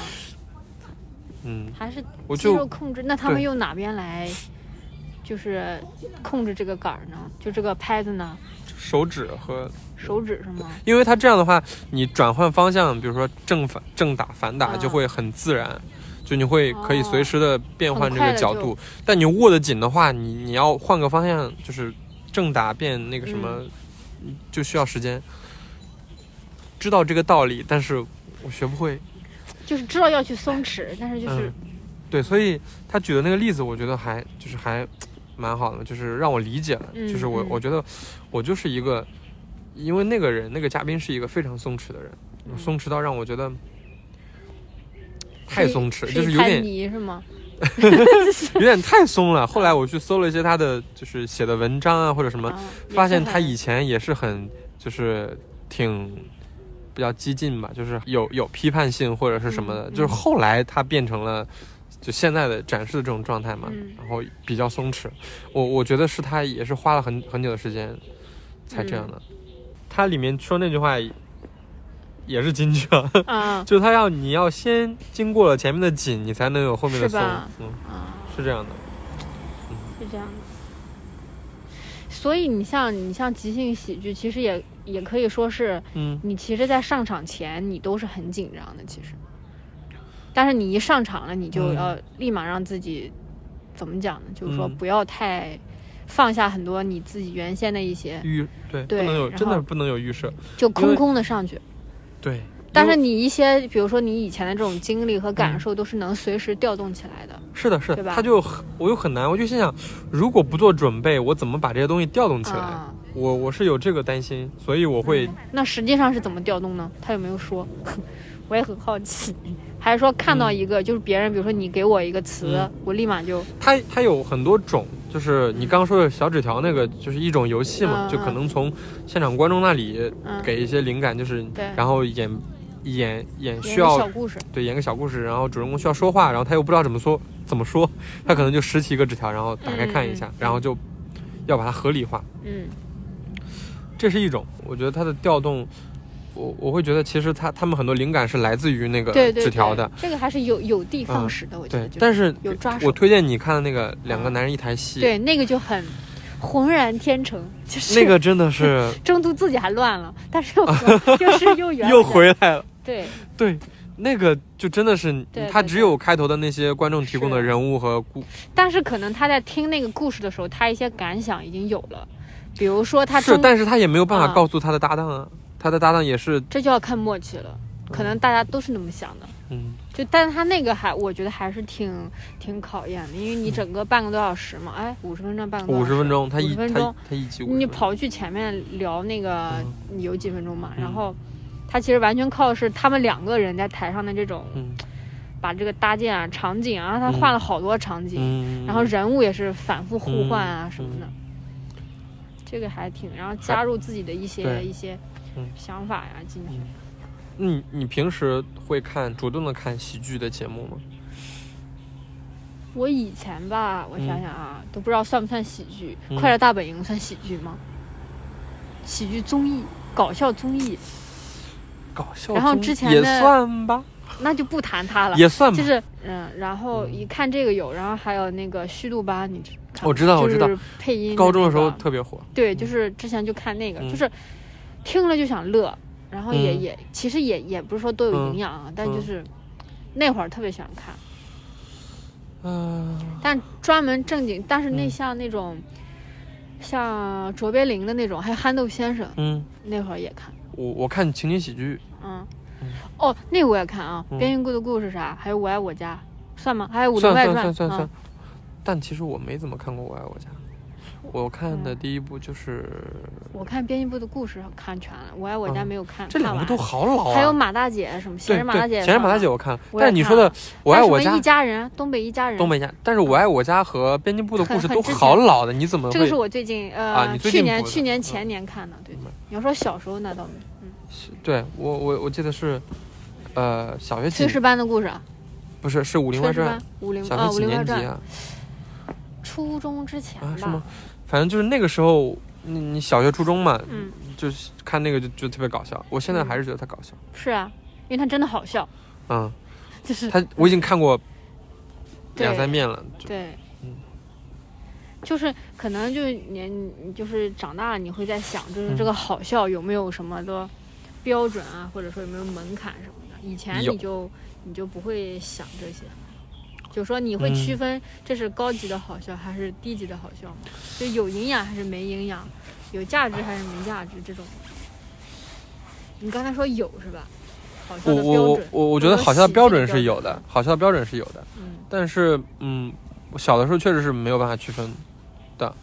[SPEAKER 2] 嗯，
[SPEAKER 1] 还是
[SPEAKER 2] 我
[SPEAKER 1] 肌肉
[SPEAKER 2] 就
[SPEAKER 1] 控制。那他们
[SPEAKER 2] 对
[SPEAKER 1] 用哪边来，就是控制这个杆儿呢？就这个拍子呢？
[SPEAKER 2] 手指和，
[SPEAKER 1] 手指是吗？
[SPEAKER 2] 因为他这样的话，你转换方向，比如说正反正打反打，
[SPEAKER 1] 嗯
[SPEAKER 2] 就会很自然，就你会可以
[SPEAKER 1] 哦
[SPEAKER 2] 随时的变换
[SPEAKER 1] 很
[SPEAKER 2] 这
[SPEAKER 1] 快
[SPEAKER 2] 个
[SPEAKER 1] 地
[SPEAKER 2] 角
[SPEAKER 1] 就
[SPEAKER 2] 度。但你握得紧的话，你你要换个方向，就是正打变那个什么，
[SPEAKER 1] 嗯
[SPEAKER 2] 就需要时间。知道这个道理，但是我学不会。
[SPEAKER 1] 就是知道要去松弛，但是就是
[SPEAKER 2] 嗯，对，所以他举的那个例子，我觉得还就是还蛮好的，就是让我理解了，
[SPEAKER 1] 嗯
[SPEAKER 2] 就是我
[SPEAKER 1] 嗯
[SPEAKER 2] 我觉得我就是一个，因为那个人那个嘉宾是一个非常松弛的人，
[SPEAKER 1] 嗯
[SPEAKER 2] 松弛到让我觉得太松弛，
[SPEAKER 1] 是
[SPEAKER 2] 就是
[SPEAKER 1] 一
[SPEAKER 2] 有
[SPEAKER 1] 滩
[SPEAKER 2] 点
[SPEAKER 1] 泥是吗？
[SPEAKER 2] 有点太松了。后来我去搜了一些他的就是写的文章啊或者什么，
[SPEAKER 1] 啊
[SPEAKER 2] 发现
[SPEAKER 1] 也是
[SPEAKER 2] 他
[SPEAKER 1] 很
[SPEAKER 2] 以前也是很就是挺比较激进吧，就是有有批判性或者是什么的，
[SPEAKER 1] 嗯嗯
[SPEAKER 2] 就是后来他变成了就现在的展示的这种状态嘛，
[SPEAKER 1] 嗯
[SPEAKER 2] 然后比较松弛。我我觉得是他也是花了很很久的时间才这样的。
[SPEAKER 1] 嗯
[SPEAKER 2] 他里面说那句话也是金句啊，
[SPEAKER 1] 啊
[SPEAKER 2] 就他要你要先经过了前面的紧，你才能有后面的
[SPEAKER 1] 是
[SPEAKER 2] 松
[SPEAKER 1] 吧，
[SPEAKER 2] 嗯，
[SPEAKER 1] 啊。
[SPEAKER 2] 是这样的。
[SPEAKER 1] 是这样的。所以你像你像即兴喜剧，其实也也可以说是
[SPEAKER 2] 嗯，
[SPEAKER 1] 你其实，在上场前你都是很紧张的，其实。但是你一上场了，你就
[SPEAKER 2] 嗯
[SPEAKER 1] 要立马让自己、怎么讲呢？就是说
[SPEAKER 2] 嗯
[SPEAKER 1] 不要太放下很多你自己原先的一些，
[SPEAKER 2] 预对
[SPEAKER 1] 对
[SPEAKER 2] 不能有
[SPEAKER 1] 然后
[SPEAKER 2] 真的不能有预设，
[SPEAKER 1] 就
[SPEAKER 2] 因
[SPEAKER 1] 空
[SPEAKER 2] 为
[SPEAKER 1] 空的上去。
[SPEAKER 2] 对。
[SPEAKER 1] 但
[SPEAKER 2] 因
[SPEAKER 1] 是
[SPEAKER 2] 为
[SPEAKER 1] 你一些，比如说你以前的这种经历和感
[SPEAKER 2] 嗯
[SPEAKER 1] 受，都是能随时调动起来的。
[SPEAKER 2] 是的，是
[SPEAKER 1] 对
[SPEAKER 2] 的，
[SPEAKER 1] 吧
[SPEAKER 2] 他就很我又很难，我就心想，如果不做准备，我怎么把这些东西调动起来？
[SPEAKER 1] 啊、
[SPEAKER 2] 我我是有这个担心，所以我会
[SPEAKER 1] 那实际上是怎么调动呢？他有没有说？ 我也很好奇。还是说看到一个、就是别人，比如说你给我一个词，
[SPEAKER 2] 嗯
[SPEAKER 1] 我立马就
[SPEAKER 2] 它它有很多种，就是你刚刚说的小纸条那个，就是一种游戏嘛，
[SPEAKER 1] 嗯
[SPEAKER 2] 就可能从现场观众那里
[SPEAKER 1] 嗯
[SPEAKER 2] 给一些灵感，就是
[SPEAKER 1] 对
[SPEAKER 2] 然后演演演
[SPEAKER 1] 演
[SPEAKER 2] 需
[SPEAKER 1] 个
[SPEAKER 2] 要
[SPEAKER 1] 小故事，
[SPEAKER 2] 对演个小故事，然后主人公需要说话，然后他又不知道怎么说怎么说，他可能就拾起一个纸条，然后打开看一下，
[SPEAKER 1] 嗯嗯
[SPEAKER 2] 然后就要把它合理化，
[SPEAKER 1] 嗯
[SPEAKER 2] 这是一种。我觉得它的调动，我我会觉得其实他他们很多灵感是来自于那个
[SPEAKER 1] 对对对
[SPEAKER 2] 纸条的，，
[SPEAKER 1] 这个还是有有的放
[SPEAKER 2] 嗯
[SPEAKER 1] 矢的，我觉
[SPEAKER 2] 对
[SPEAKER 1] 得。就
[SPEAKER 2] 但是
[SPEAKER 1] 有抓手
[SPEAKER 2] 我推荐你看的那个两个男人一台戏，
[SPEAKER 1] 对那个就很浑然天成，就是
[SPEAKER 2] 那个真的 是
[SPEAKER 1] 中途自己还乱了，但是又和又是又圆
[SPEAKER 2] 又回来了。
[SPEAKER 1] 对
[SPEAKER 2] 对，那个就真的是
[SPEAKER 1] 对，
[SPEAKER 2] 他
[SPEAKER 1] 对
[SPEAKER 2] 只
[SPEAKER 1] 对
[SPEAKER 2] 有开头的那些观众提供的
[SPEAKER 1] 是
[SPEAKER 2] 人物和故，
[SPEAKER 1] 但是可能他在听那个故事的时候，他一些感想已经有了，比如说他
[SPEAKER 2] 是，
[SPEAKER 1] 中，
[SPEAKER 2] 但是他也没有办法
[SPEAKER 1] 啊
[SPEAKER 2] 告诉他的搭档啊，他的搭档也是，
[SPEAKER 1] 这就要看默契了，可能大家都是那么想的。
[SPEAKER 2] 嗯，
[SPEAKER 1] 就，但是他那个还，我觉得还是挺挺考验的，因为你整个半个多小时嘛，哎，五十分钟，半个多
[SPEAKER 2] 嗯五
[SPEAKER 1] 小时
[SPEAKER 2] 十分钟，他
[SPEAKER 1] 50
[SPEAKER 2] 一
[SPEAKER 1] 分
[SPEAKER 2] 他
[SPEAKER 1] 钟
[SPEAKER 2] 他一集五
[SPEAKER 1] 你
[SPEAKER 2] 十，
[SPEAKER 1] 跑去前面聊那个有几分钟嘛，
[SPEAKER 2] 嗯
[SPEAKER 1] 然后他其实完全靠的是他们两个人在台上的这种
[SPEAKER 2] 嗯
[SPEAKER 1] 把这个搭建啊、场景啊，他
[SPEAKER 2] 嗯
[SPEAKER 1] 换了好多场景，
[SPEAKER 2] 嗯，
[SPEAKER 1] 然后人物也是反复互换啊
[SPEAKER 2] 嗯
[SPEAKER 1] 什么的，
[SPEAKER 2] 嗯
[SPEAKER 1] 这个还挺，然后加入自己的一些
[SPEAKER 2] 对
[SPEAKER 1] 一些
[SPEAKER 2] 嗯
[SPEAKER 1] 想法呀进去。
[SPEAKER 2] 你你平时会看主动的看喜剧的节目吗？
[SPEAKER 1] 我以前吧，我
[SPEAKER 2] 嗯
[SPEAKER 1] 想想啊，都不知道算不算喜剧，
[SPEAKER 2] 嗯
[SPEAKER 1] 快乐大本营》算喜剧吗？喜剧综艺，搞笑综艺，
[SPEAKER 2] 搞笑综艺，
[SPEAKER 1] 然后之前
[SPEAKER 2] 也
[SPEAKER 1] 的
[SPEAKER 2] 算吧，
[SPEAKER 1] 那就不谈它了。
[SPEAKER 2] 也算吧
[SPEAKER 1] 就，是嗯，然后一看这个有，然后还有那个《虚度吧》，你知看
[SPEAKER 2] 哦我知道
[SPEAKER 1] 吗
[SPEAKER 2] 我知道，
[SPEAKER 1] 就是配音、
[SPEAKER 2] 高中的时候，特别火，
[SPEAKER 1] 对，就是之前就看那个，
[SPEAKER 2] 嗯
[SPEAKER 1] 就是听了就想乐，然后也
[SPEAKER 2] 嗯
[SPEAKER 1] 也其实也也不是说多有
[SPEAKER 2] 嗯
[SPEAKER 1] 营养啊，但
[SPEAKER 2] 嗯
[SPEAKER 1] 就是那会儿特别喜欢看，
[SPEAKER 2] 嗯，
[SPEAKER 1] 但专门正经，但是那
[SPEAKER 2] 嗯
[SPEAKER 1] 像那种。像卓别林的那种，还有憨豆先生，
[SPEAKER 2] 嗯，
[SPEAKER 1] 那会儿也看，
[SPEAKER 2] 我我看情景喜剧，
[SPEAKER 1] 嗯
[SPEAKER 2] 嗯，
[SPEAKER 1] 哦，那个我也看啊，
[SPEAKER 2] 嗯
[SPEAKER 1] 边缘故的故事》啥，还有《我爱我家》，算吗？还有《武林
[SPEAKER 2] 算
[SPEAKER 1] 外
[SPEAKER 2] 算
[SPEAKER 1] 传》
[SPEAKER 2] 算算算
[SPEAKER 1] 嗯，，
[SPEAKER 2] 但其实我没怎么看过《我爱我家》，我看
[SPEAKER 1] 嗯
[SPEAKER 2] 的第一部就是
[SPEAKER 1] 我看编辑部的故事看全了，我爱我家
[SPEAKER 2] 嗯
[SPEAKER 1] 没有看，
[SPEAKER 2] 这
[SPEAKER 1] 看
[SPEAKER 2] 两
[SPEAKER 1] 完
[SPEAKER 2] 部都好老啊，
[SPEAKER 1] 还有马大姐什么，闲
[SPEAKER 2] 对
[SPEAKER 1] 人马
[SPEAKER 2] 对
[SPEAKER 1] 大姐，
[SPEAKER 2] 闲人马大姐，我看了，
[SPEAKER 1] 我也
[SPEAKER 2] 但是你说的《我爱
[SPEAKER 1] 还有
[SPEAKER 2] 我
[SPEAKER 1] 什么一》
[SPEAKER 2] 家
[SPEAKER 1] 家人，东北一家人，
[SPEAKER 2] 东北一家，但是《我爱我家》和编辑部的故事
[SPEAKER 1] 嗯很很
[SPEAKER 2] 都
[SPEAKER 1] 之前
[SPEAKER 2] 好老的，你怎么
[SPEAKER 1] 这个
[SPEAKER 2] 会
[SPEAKER 1] 是？我最近呃、
[SPEAKER 2] 啊你最近
[SPEAKER 1] 去年
[SPEAKER 2] 补的
[SPEAKER 1] 去年前年看的，对
[SPEAKER 2] 明白。
[SPEAKER 1] 你要说小时候那倒没，
[SPEAKER 2] 对我我我记得是，呃，小学
[SPEAKER 1] 《炊
[SPEAKER 2] 几
[SPEAKER 1] 事班的故事》啊，
[SPEAKER 2] 不是是《武林外
[SPEAKER 1] 炊事
[SPEAKER 2] 传
[SPEAKER 1] 班》，武林啊
[SPEAKER 2] 小
[SPEAKER 1] 武
[SPEAKER 2] 学几
[SPEAKER 1] 林外
[SPEAKER 2] 年级
[SPEAKER 1] 传，
[SPEAKER 2] 啊？
[SPEAKER 1] 初中之前
[SPEAKER 2] 啊是
[SPEAKER 1] 吧
[SPEAKER 2] 吗，？反正就是那个时候，你你小学初中嘛，
[SPEAKER 1] 嗯，
[SPEAKER 2] 就是看那个就就特别搞笑。我现在
[SPEAKER 1] 嗯
[SPEAKER 2] 还是觉得它搞笑，
[SPEAKER 1] 是啊，因为它真的好笑，
[SPEAKER 2] 嗯，
[SPEAKER 1] 就是
[SPEAKER 2] 它我已经看过
[SPEAKER 1] 对
[SPEAKER 2] 两三遍了，就
[SPEAKER 1] 对，
[SPEAKER 2] 嗯
[SPEAKER 1] 就是可能就是年就是长大了，你会在想，就是
[SPEAKER 2] 嗯
[SPEAKER 1] 这个好笑有没有什么的标准啊，或者说有没有门槛什么的。以前
[SPEAKER 2] 有
[SPEAKER 1] 你就你就不会想这些，就说你会区分这是高级的好笑还是低级的好笑吗？就有营养还是没营养，有价值还是没价值这种。你刚才说有是吧？好笑
[SPEAKER 2] 我
[SPEAKER 1] 的
[SPEAKER 2] 我
[SPEAKER 1] 标
[SPEAKER 2] 我
[SPEAKER 1] 准，
[SPEAKER 2] 我我觉得好笑的标准是有的，好笑的标准是有的，
[SPEAKER 1] 嗯
[SPEAKER 2] 但是嗯，我小的时候确实是没有办法区分的。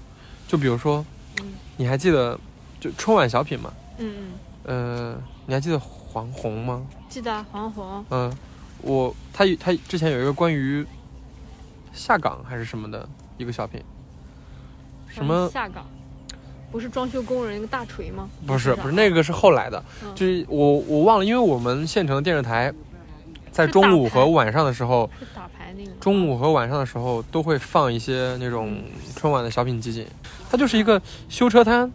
[SPEAKER 2] 就比如说
[SPEAKER 1] 嗯，
[SPEAKER 2] 你还记得就春晚小品嘛？
[SPEAKER 1] 嗯
[SPEAKER 2] 呃，你还记得黄宏吗？
[SPEAKER 1] 嗯，记得啊黄宏，
[SPEAKER 2] 嗯、我他有他之前有一个关于下岗还是什么的一个小品，什么
[SPEAKER 1] 下岗？不是装修工人那个大锤吗？
[SPEAKER 2] 不是不是那个是后来的，
[SPEAKER 1] 嗯
[SPEAKER 2] 就是我我忘了，因为我们县城的电视台在
[SPEAKER 1] 是嗯
[SPEAKER 2] 中
[SPEAKER 1] 打
[SPEAKER 2] 午和
[SPEAKER 1] 牌
[SPEAKER 2] 晚上的时候。
[SPEAKER 1] 是打牌那个吗。
[SPEAKER 2] 中午和晚上的时候都会放一些那种
[SPEAKER 1] 嗯
[SPEAKER 2] 春晚的小品集锦，它就是一个修车摊，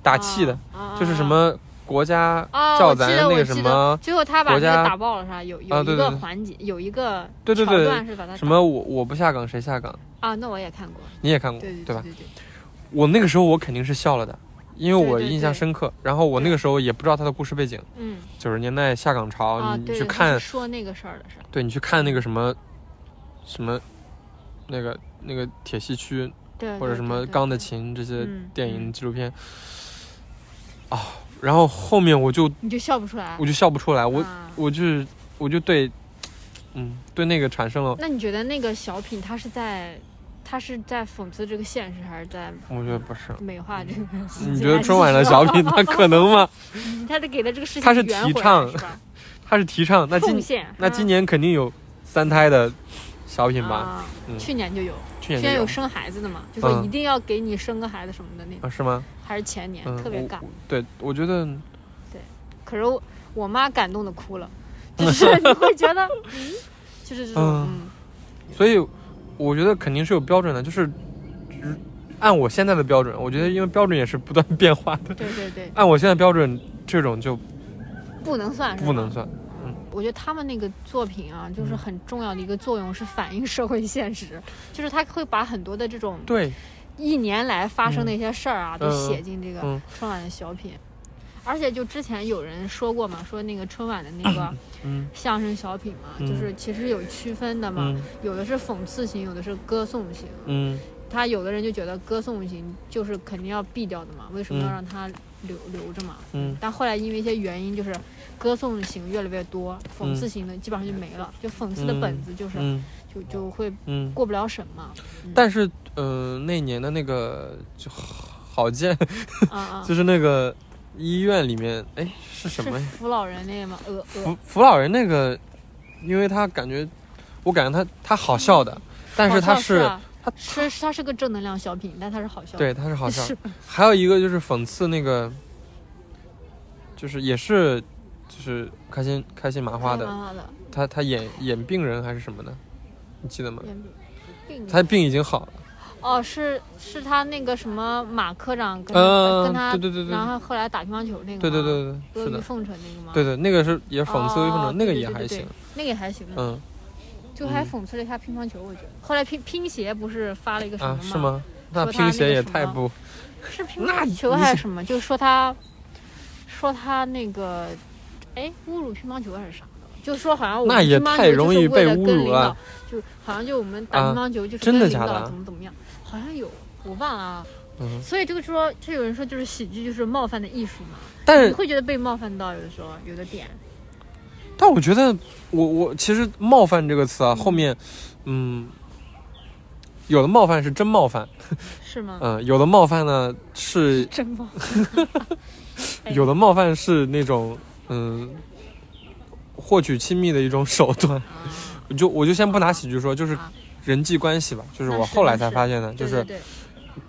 [SPEAKER 2] 打气的，
[SPEAKER 1] 啊，
[SPEAKER 2] 就是什么国家
[SPEAKER 1] 啊啊
[SPEAKER 2] 叫
[SPEAKER 1] 我记
[SPEAKER 2] 咱
[SPEAKER 1] 得
[SPEAKER 2] 那
[SPEAKER 1] 我
[SPEAKER 2] 个
[SPEAKER 1] 记得
[SPEAKER 2] 什么，
[SPEAKER 1] 最后他把那
[SPEAKER 2] 国家
[SPEAKER 1] 个打爆了是吧？有有
[SPEAKER 2] 啊
[SPEAKER 1] 一
[SPEAKER 2] 对对
[SPEAKER 1] 个
[SPEAKER 2] 对
[SPEAKER 1] 环节，有一个
[SPEAKER 2] 对对对
[SPEAKER 1] 桥段是把它
[SPEAKER 2] 什么我我不下岗谁下岗，
[SPEAKER 1] 啊？那我也看过，
[SPEAKER 2] 你也看过
[SPEAKER 1] 对对
[SPEAKER 2] 嗯对吧？
[SPEAKER 1] 对对，
[SPEAKER 2] 我那个时候我肯定是笑了的，因为
[SPEAKER 1] 对
[SPEAKER 2] 我
[SPEAKER 1] 对
[SPEAKER 2] 印象
[SPEAKER 1] 对
[SPEAKER 2] 深刻。然后我那
[SPEAKER 1] 对
[SPEAKER 2] 个时候也不知道它的故事背景，
[SPEAKER 1] 嗯
[SPEAKER 2] 九十年代下岗潮，
[SPEAKER 1] 啊，
[SPEAKER 2] 哦你
[SPEAKER 1] 对，
[SPEAKER 2] 去
[SPEAKER 1] 对
[SPEAKER 2] 看
[SPEAKER 1] 他是说那个事儿的是吧？
[SPEAKER 2] 对你去看那个什么什么那个那个铁西区
[SPEAKER 1] 对，对
[SPEAKER 2] 或者什么《钢的，琴》这些
[SPEAKER 1] 嗯
[SPEAKER 2] 电影
[SPEAKER 1] 嗯
[SPEAKER 2] 纪录片啊，然后后面我就
[SPEAKER 1] 对对你就笑不出来
[SPEAKER 2] 我。就笑不出来，我
[SPEAKER 1] 啊
[SPEAKER 2] 我就是我就对，嗯，对那个产生了
[SPEAKER 1] 那你觉得那个小品它是在他是在讽刺这个现实，还是在
[SPEAKER 2] 我觉得不是。
[SPEAKER 1] 美化这个事情？
[SPEAKER 2] 嗯你觉得春晚的小品他可能吗？
[SPEAKER 1] 他得给的这个事情
[SPEAKER 2] 他是
[SPEAKER 1] 圆回
[SPEAKER 2] 提
[SPEAKER 1] 来
[SPEAKER 2] 倡
[SPEAKER 1] 是吧？
[SPEAKER 2] 他是提倡，那
[SPEAKER 1] 奉
[SPEAKER 2] 今
[SPEAKER 1] 献。
[SPEAKER 2] 那今年肯定有三胎的小品
[SPEAKER 1] 嗯
[SPEAKER 2] 吧？
[SPEAKER 1] 啊
[SPEAKER 2] 嗯
[SPEAKER 1] 去年就有，
[SPEAKER 2] 去
[SPEAKER 1] 去
[SPEAKER 2] 年
[SPEAKER 1] 年
[SPEAKER 2] 就
[SPEAKER 1] 有
[SPEAKER 2] 有
[SPEAKER 1] 生孩子的嘛，就说
[SPEAKER 2] 嗯
[SPEAKER 1] 一定要给你生个孩子什么的那
[SPEAKER 2] 啊？
[SPEAKER 1] 种，
[SPEAKER 2] 是吗？
[SPEAKER 1] 还是前年
[SPEAKER 2] 嗯，
[SPEAKER 1] 哎特别
[SPEAKER 2] 我
[SPEAKER 1] 尬。
[SPEAKER 2] 对，我觉得
[SPEAKER 1] 可是我我妈感动的哭了， 就是你会觉得，嗯，就是这种，嗯
[SPEAKER 2] 嗯所以我觉得肯定是有标准的，就是只按我现在的标准，我觉得因为标准也是不断变化的，
[SPEAKER 1] 对对对，
[SPEAKER 2] 按我现在标准，这种就
[SPEAKER 1] 不能算是吧
[SPEAKER 2] 不能。算。
[SPEAKER 1] 我觉得他们那个作品啊，就是
[SPEAKER 2] 嗯
[SPEAKER 1] 很重要的一个作用是反映社会现实，就是他会把很多的这种
[SPEAKER 2] 对，
[SPEAKER 1] 一年来发生的一些事儿啊，
[SPEAKER 2] 嗯
[SPEAKER 1] 都写进这个
[SPEAKER 2] 嗯
[SPEAKER 1] 春晚的小品。而且就之前有人说过嘛，说那个春晚的那个
[SPEAKER 2] 嗯
[SPEAKER 1] 相声小品嘛，
[SPEAKER 2] 嗯
[SPEAKER 1] 就是其实有区分的嘛，
[SPEAKER 2] 嗯
[SPEAKER 1] 有的是讽刺型，有的是歌颂型。
[SPEAKER 2] 嗯
[SPEAKER 1] 他有的人就觉得歌颂型就是肯定要避掉的嘛，为什么要
[SPEAKER 2] 嗯
[SPEAKER 1] 让它留、留着嘛？
[SPEAKER 2] 嗯
[SPEAKER 1] 但后来因为一些原因，就是歌颂型越来越多，讽
[SPEAKER 2] 嗯
[SPEAKER 1] 刺型的基本上就没了，就讽刺的
[SPEAKER 2] 嗯
[SPEAKER 1] 本子就是、
[SPEAKER 2] 嗯
[SPEAKER 1] 就就会
[SPEAKER 2] 嗯。
[SPEAKER 1] 过不了审 嘛。
[SPEAKER 2] 但是，嗯，那年的那个就郝建，
[SPEAKER 1] 啊啊，
[SPEAKER 2] 就是那个医院里面，哎，是什
[SPEAKER 1] 是
[SPEAKER 2] 么呀？
[SPEAKER 1] 扶老人那个嘛，呃呃，
[SPEAKER 2] 扶扶老人那个，因为他感觉，我感觉他他好笑的，但是
[SPEAKER 1] 嗯好
[SPEAKER 2] 他
[SPEAKER 1] 笑
[SPEAKER 2] 是
[SPEAKER 1] 啊
[SPEAKER 2] 他
[SPEAKER 1] 是是它是个正能量小品，但它是好笑的。
[SPEAKER 2] 对，他是好笑
[SPEAKER 1] 是。
[SPEAKER 2] 还有一个就是讽刺那个，就是也是就是开心开心麻花
[SPEAKER 1] 开
[SPEAKER 2] 的，
[SPEAKER 1] 心麻花的，
[SPEAKER 2] 他他演演病人还是什么的，你记得吗？
[SPEAKER 1] 演病
[SPEAKER 2] 他病已经好了，
[SPEAKER 1] 哦，是是他那个什么马科长跟、
[SPEAKER 2] 嗯
[SPEAKER 1] 跟他，
[SPEAKER 2] 对对对对
[SPEAKER 1] 然后后来打乒乓球那个吗，
[SPEAKER 2] 对对对对，
[SPEAKER 1] 阿谀
[SPEAKER 2] 是的，
[SPEAKER 1] 奉承那个吗？
[SPEAKER 2] 对对，那个是也讽刺微风筝，
[SPEAKER 1] 哦
[SPEAKER 2] 那个
[SPEAKER 1] 对对
[SPEAKER 2] 也
[SPEAKER 1] 对
[SPEAKER 2] 还
[SPEAKER 1] 对
[SPEAKER 2] 行，
[SPEAKER 1] 那个也还行，
[SPEAKER 2] 嗯
[SPEAKER 1] 就还
[SPEAKER 2] 嗯
[SPEAKER 1] 讽刺了一下乒乓球，我觉得。后来乒乒协不是发了一个什么
[SPEAKER 2] 啊
[SPEAKER 1] 吗？
[SPEAKER 2] 是？吗？那
[SPEAKER 1] 说他
[SPEAKER 2] 拼
[SPEAKER 1] 那
[SPEAKER 2] 鞋
[SPEAKER 1] 个
[SPEAKER 2] 也
[SPEAKER 1] 什
[SPEAKER 2] 太
[SPEAKER 1] 么
[SPEAKER 2] 不，
[SPEAKER 1] 是乒
[SPEAKER 2] 那
[SPEAKER 1] 乓
[SPEAKER 2] 你
[SPEAKER 1] 球还是什么？就是说他，说他那个，哎，侮辱乒乓球还是啥的？就说好像我们
[SPEAKER 2] 那也
[SPEAKER 1] 乒乓
[SPEAKER 2] 太
[SPEAKER 1] 球
[SPEAKER 2] 容
[SPEAKER 1] 就是为
[SPEAKER 2] 易被
[SPEAKER 1] 了跟
[SPEAKER 2] 侮辱
[SPEAKER 1] 领
[SPEAKER 2] 了
[SPEAKER 1] 导，就好像就我们打
[SPEAKER 2] 啊
[SPEAKER 1] 乒乓球就是
[SPEAKER 2] 真
[SPEAKER 1] 跟
[SPEAKER 2] 的
[SPEAKER 1] 领
[SPEAKER 2] 假的
[SPEAKER 1] 导
[SPEAKER 2] 啊
[SPEAKER 1] 怎么怎么样，好像有我忘了啊。
[SPEAKER 2] 嗯，
[SPEAKER 1] 所以这个说，这有人说就是喜剧就是冒犯的艺术嘛，
[SPEAKER 2] 但
[SPEAKER 1] 你
[SPEAKER 2] 是
[SPEAKER 1] 会觉得被冒犯到有的时候有的点，
[SPEAKER 2] 但我觉得我我其实冒犯这个词啊，后面嗯，有的冒犯是真冒犯。
[SPEAKER 1] 是吗？
[SPEAKER 2] 嗯，有的冒犯呢是
[SPEAKER 1] 真冒犯。哎
[SPEAKER 2] 有的冒犯是那种嗯，获取亲密的一种手段。
[SPEAKER 1] 啊
[SPEAKER 2] 就我就先不拿喜剧说，就是
[SPEAKER 1] 啊
[SPEAKER 2] 人际关系吧，就是
[SPEAKER 1] 那
[SPEAKER 2] 我
[SPEAKER 1] 是
[SPEAKER 2] 后
[SPEAKER 1] 那
[SPEAKER 2] 来才
[SPEAKER 1] 是
[SPEAKER 2] 发现的，就
[SPEAKER 1] 对
[SPEAKER 2] 是
[SPEAKER 1] 对